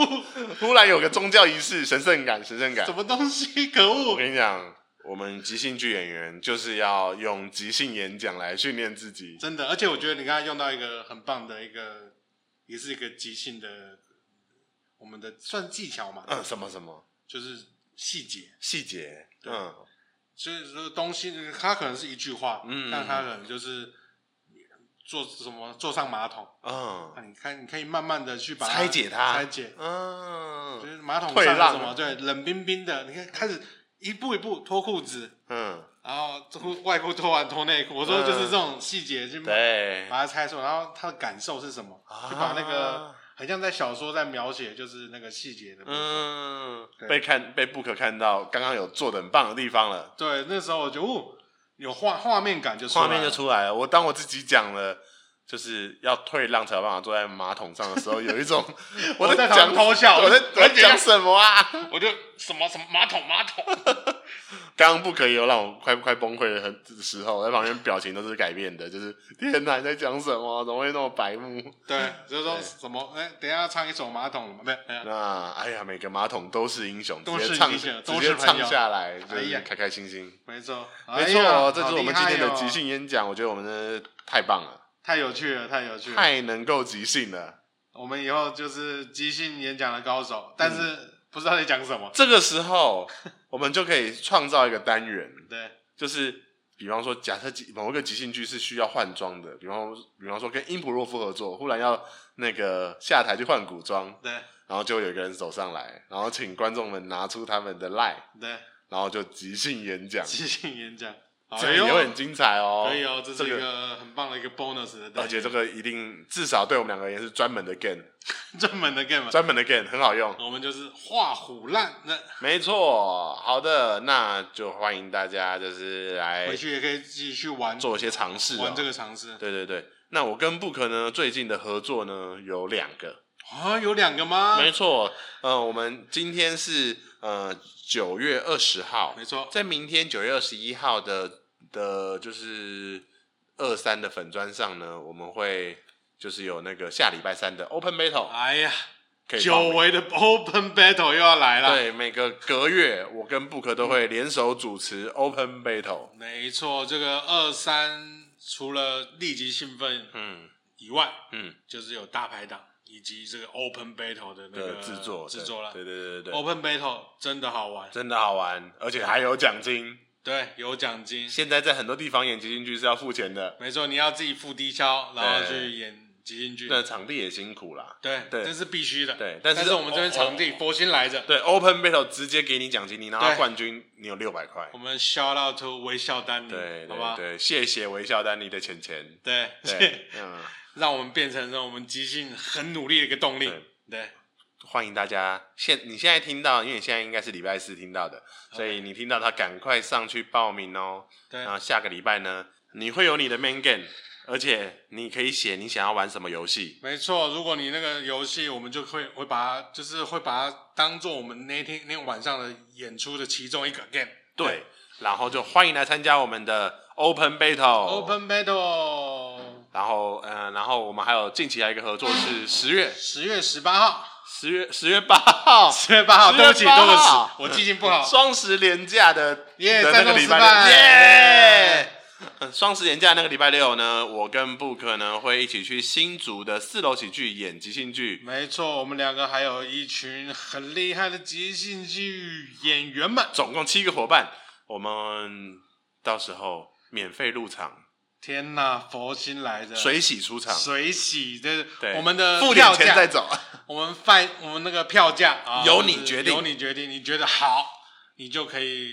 [SPEAKER 2] 呜，
[SPEAKER 1] 突然有个宗教仪式，神圣感，神圣感
[SPEAKER 2] 什。么东西？可
[SPEAKER 1] 我
[SPEAKER 2] 恶！
[SPEAKER 1] 跟你讲，我们即兴剧演员就是要用即兴演讲来训练自己。
[SPEAKER 2] 真的，而且我觉得你刚才用到一个很棒的一个，也是一个即兴的，我们的算技巧嘛，
[SPEAKER 1] 嗯，什么什么
[SPEAKER 2] 就是细节，
[SPEAKER 1] 细节？
[SPEAKER 2] 对
[SPEAKER 1] 嗯，
[SPEAKER 2] 就是说东西，它可能是一句话，
[SPEAKER 1] 嗯
[SPEAKER 2] 但它可能就是坐什么坐上马桶，
[SPEAKER 1] 嗯
[SPEAKER 2] 那你看你可以慢慢的去把它
[SPEAKER 1] 拆解它，
[SPEAKER 2] 拆解，
[SPEAKER 1] 嗯
[SPEAKER 2] 就，是马桶
[SPEAKER 1] 退
[SPEAKER 2] 上
[SPEAKER 1] 让
[SPEAKER 2] 是什么？对，冷冰冰的，你看开始一步一步脱裤子，
[SPEAKER 1] 嗯，
[SPEAKER 2] 然后脱外裤脱完脱内裤。我说就是这种细节去把
[SPEAKER 1] 对，
[SPEAKER 2] 它猜出来，然后他的感受是什么，去把那个
[SPEAKER 1] 啊
[SPEAKER 2] 很像在小说在描写，就是那个细节的部分。
[SPEAKER 1] 嗯
[SPEAKER 2] 对，
[SPEAKER 1] 被看被 Book 看到刚刚有做的很棒的地方了，
[SPEAKER 2] 对，那时候我就哦，有画画面感就出来
[SPEAKER 1] 画
[SPEAKER 2] 了
[SPEAKER 1] 面就出来了。我当我自己讲了。就是要退让才有办法坐在马桶上的时候，有一 种
[SPEAKER 2] 我在
[SPEAKER 1] 在
[SPEAKER 2] 旁边
[SPEAKER 1] 讲
[SPEAKER 2] 偷笑
[SPEAKER 1] 我在
[SPEAKER 2] 我
[SPEAKER 1] 我在
[SPEAKER 2] 在讲
[SPEAKER 1] 讲什么啊？
[SPEAKER 2] 我就什么什么马桶马桶，
[SPEAKER 1] 刚刚不可以有让我快快崩溃的很的时候，我在旁边表情都是改变的，就是天哪，你在讲什么？怎么会那么白目？
[SPEAKER 2] 对，就是说
[SPEAKER 1] 对
[SPEAKER 2] 什么哎、等一下要唱一首马桶了嘛，对，哎
[SPEAKER 1] 那哎呀，每个马桶都是英雄，
[SPEAKER 2] 都
[SPEAKER 1] 直
[SPEAKER 2] 是
[SPEAKER 1] 接唱
[SPEAKER 2] 英雄
[SPEAKER 1] 直
[SPEAKER 2] 都
[SPEAKER 1] 接
[SPEAKER 2] 是
[SPEAKER 1] 唱
[SPEAKER 2] 朋友
[SPEAKER 1] 下来，就
[SPEAKER 2] 哎
[SPEAKER 1] 是
[SPEAKER 2] 呀
[SPEAKER 1] 开开心心。
[SPEAKER 2] 没错，
[SPEAKER 1] 没
[SPEAKER 2] 哎
[SPEAKER 1] 错、
[SPEAKER 2] 呀
[SPEAKER 1] 这是我们今天的即，
[SPEAKER 2] 好厉害哦哦
[SPEAKER 1] 兴演讲，我觉得我们真的太棒了，
[SPEAKER 2] 太有趣了，太有趣了。
[SPEAKER 1] 太能够即兴了。
[SPEAKER 2] 我们以后就是即兴演讲的高手，但
[SPEAKER 1] 嗯
[SPEAKER 2] 是不知道在讲什么。
[SPEAKER 1] 这个时候，我们就可以创造一个单元，
[SPEAKER 2] 对，
[SPEAKER 1] 就是比方说，假设即某一个即兴剧是需要换装的，比方比方说跟英普洛夫合作，忽然要那个下台去换古装，
[SPEAKER 2] 对，
[SPEAKER 1] 然后就有一个人走上来，然后请观众们拿出他们的 line，
[SPEAKER 2] 对，
[SPEAKER 1] 然后就即兴演讲。
[SPEAKER 2] 即兴演讲，
[SPEAKER 1] 这
[SPEAKER 2] 哎
[SPEAKER 1] 个
[SPEAKER 2] 呦，
[SPEAKER 1] 也会很精彩哦，
[SPEAKER 2] 可以哦，这是一
[SPEAKER 1] 个
[SPEAKER 2] 个很棒的一个 bonus 的单元，
[SPEAKER 1] 而且这个一定至少对我们两个也是专门的 game，
[SPEAKER 2] 专门的 game，啊
[SPEAKER 1] 专门的 game 很好用。
[SPEAKER 2] 我们就是画虎烂，那
[SPEAKER 1] 没错，好的，那就欢迎大家就是来
[SPEAKER 2] 回去也可以自己去玩
[SPEAKER 1] 哎做一些尝试、哦。
[SPEAKER 2] 玩这个尝试
[SPEAKER 1] 对对对。那我跟 Book 呢最近的合作呢有两个，
[SPEAKER 2] 啊，有两个吗？
[SPEAKER 1] 没错，呃，我们今天是呃九月二十号，
[SPEAKER 2] 没错，
[SPEAKER 1] 在明天九月二十一号的的，就是二三的粉砖上呢，我们会就是有那个下礼拜三的 Open Battle，
[SPEAKER 2] 哎呀，
[SPEAKER 1] 可以报
[SPEAKER 2] 久
[SPEAKER 1] 名
[SPEAKER 2] 违的 Open Battle 又要来了。，
[SPEAKER 1] 对，每个隔月我跟 Book 都会联手主持 Open Battle。
[SPEAKER 2] 没错，这个二三除了立即兴奋
[SPEAKER 1] 嗯
[SPEAKER 2] 以外，
[SPEAKER 1] 嗯，
[SPEAKER 2] 就是有大排档以及这个 Open Battle 的那
[SPEAKER 1] 的
[SPEAKER 2] 个
[SPEAKER 1] 制作
[SPEAKER 2] 制作哦了。
[SPEAKER 1] 对对对对对，
[SPEAKER 2] Open Battle 真的好玩，
[SPEAKER 1] 真的好玩，而且还有奖金。
[SPEAKER 2] 对，有奖金。
[SPEAKER 1] 现在在很多地方演即兴剧是要付钱的，
[SPEAKER 2] 没错，你要自己付低消，然后
[SPEAKER 1] 对
[SPEAKER 2] 去演即兴剧。
[SPEAKER 1] 那场地也辛苦啦。
[SPEAKER 2] 对，
[SPEAKER 1] 对
[SPEAKER 2] 这是必须的。
[SPEAKER 1] 对
[SPEAKER 2] 但
[SPEAKER 1] 但是哦
[SPEAKER 2] 我们这边场地佛心来着。
[SPEAKER 1] 对，Open Battle 直接给你奖金，你拿
[SPEAKER 2] 对
[SPEAKER 1] 到冠军，你有六百块
[SPEAKER 2] 我。们 shout out to 微笑丹尼，
[SPEAKER 1] 对
[SPEAKER 2] 好吧
[SPEAKER 1] 对？对，谢谢微笑丹尼的钱钱。
[SPEAKER 2] 对，
[SPEAKER 1] 对，嗯，
[SPEAKER 2] 让我们变成让我们即兴很努力的一个动力
[SPEAKER 1] 对。
[SPEAKER 2] 对，
[SPEAKER 1] 欢迎大家。现你现在听到，因为你现在应该是礼拜四听到的，所以你听到他赶快上去报名哦。
[SPEAKER 2] 对
[SPEAKER 1] 然后下个礼拜呢，你会有你的 main game，而且你可以写你想要玩什么游戏。
[SPEAKER 2] 没错，如果你那个游戏，我们就会会把它，就是会把它当做我们那天那天晚上的演出的其中一个 game。
[SPEAKER 1] 对，然后就欢迎来参加我们的 Open Battle。
[SPEAKER 2] ，Open Battle，
[SPEAKER 1] 然后，嗯、然后我们还有近期还有一个合作
[SPEAKER 2] 嗯
[SPEAKER 1] 是十月
[SPEAKER 2] 十月十八号，
[SPEAKER 1] 十月十月八号，
[SPEAKER 2] 十月八号，
[SPEAKER 1] 10
[SPEAKER 2] 对不起，
[SPEAKER 1] 月8
[SPEAKER 2] 对不
[SPEAKER 1] 号
[SPEAKER 2] 起，我记性 不好。
[SPEAKER 1] 双十连假的
[SPEAKER 2] 耶，
[SPEAKER 1] 的
[SPEAKER 2] 再
[SPEAKER 1] 那
[SPEAKER 2] 弄
[SPEAKER 1] 个
[SPEAKER 2] 失
[SPEAKER 1] 礼
[SPEAKER 2] 败
[SPEAKER 1] 拜六，耶
[SPEAKER 2] 耶！
[SPEAKER 1] 呃双十连假那个礼拜六呢，我跟 Book 呢会一起去新竹的四楼喜剧演即兴剧。
[SPEAKER 2] 没错，我们两个还有一群很厉害的即兴剧演员们。
[SPEAKER 1] 总共七个伙伴，我们到时候免费入场，
[SPEAKER 2] 天呐，佛心来着，
[SPEAKER 1] 水洗出场，
[SPEAKER 2] 水洗，这
[SPEAKER 1] 对，
[SPEAKER 2] 我们的
[SPEAKER 1] 付
[SPEAKER 2] 票
[SPEAKER 1] 点钱
[SPEAKER 2] 价
[SPEAKER 1] 再走。
[SPEAKER 2] 我们饭我们那个票价啊，
[SPEAKER 1] 由
[SPEAKER 2] 就是
[SPEAKER 1] 你决定
[SPEAKER 2] 由你决定，你觉得好，你就可以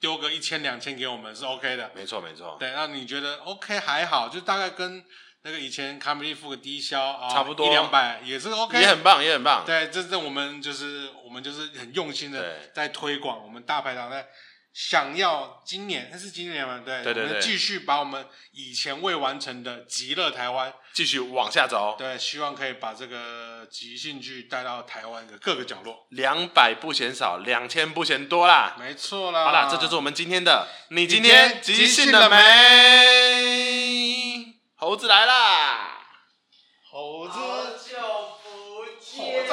[SPEAKER 2] 丢个一千两千给我们是 OK 的。
[SPEAKER 1] 没错没错，
[SPEAKER 2] 对，那你觉得 OK 还好，就大概跟那个以前 comedy 付个低消啊，
[SPEAKER 1] 差不多
[SPEAKER 2] 一两百也是 OK。
[SPEAKER 1] 也很棒也很棒。
[SPEAKER 2] 对，这是我们就是我们就是很用心的
[SPEAKER 1] 对
[SPEAKER 2] 在推广我们大排档在。想要今年，那是今年嘛？对，
[SPEAKER 1] 对对
[SPEAKER 2] 我们
[SPEAKER 1] 对
[SPEAKER 2] 继续把我们以前未完成的极乐台湾
[SPEAKER 1] 继续往下走，
[SPEAKER 2] 对，希望可以把这个即兴剧带到台湾的各个角落。
[SPEAKER 1] 两百不嫌少，两千不嫌多啦。
[SPEAKER 2] 没错啦。
[SPEAKER 1] 好啦，这就是我们今天的。你今
[SPEAKER 2] 你
[SPEAKER 1] 天
[SPEAKER 2] 今
[SPEAKER 1] 即
[SPEAKER 2] 天即兴
[SPEAKER 1] 兴了
[SPEAKER 2] 了
[SPEAKER 1] 没？猴子来啦！
[SPEAKER 2] 猴子。
[SPEAKER 3] 好久不见，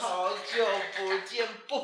[SPEAKER 3] 好久不见，不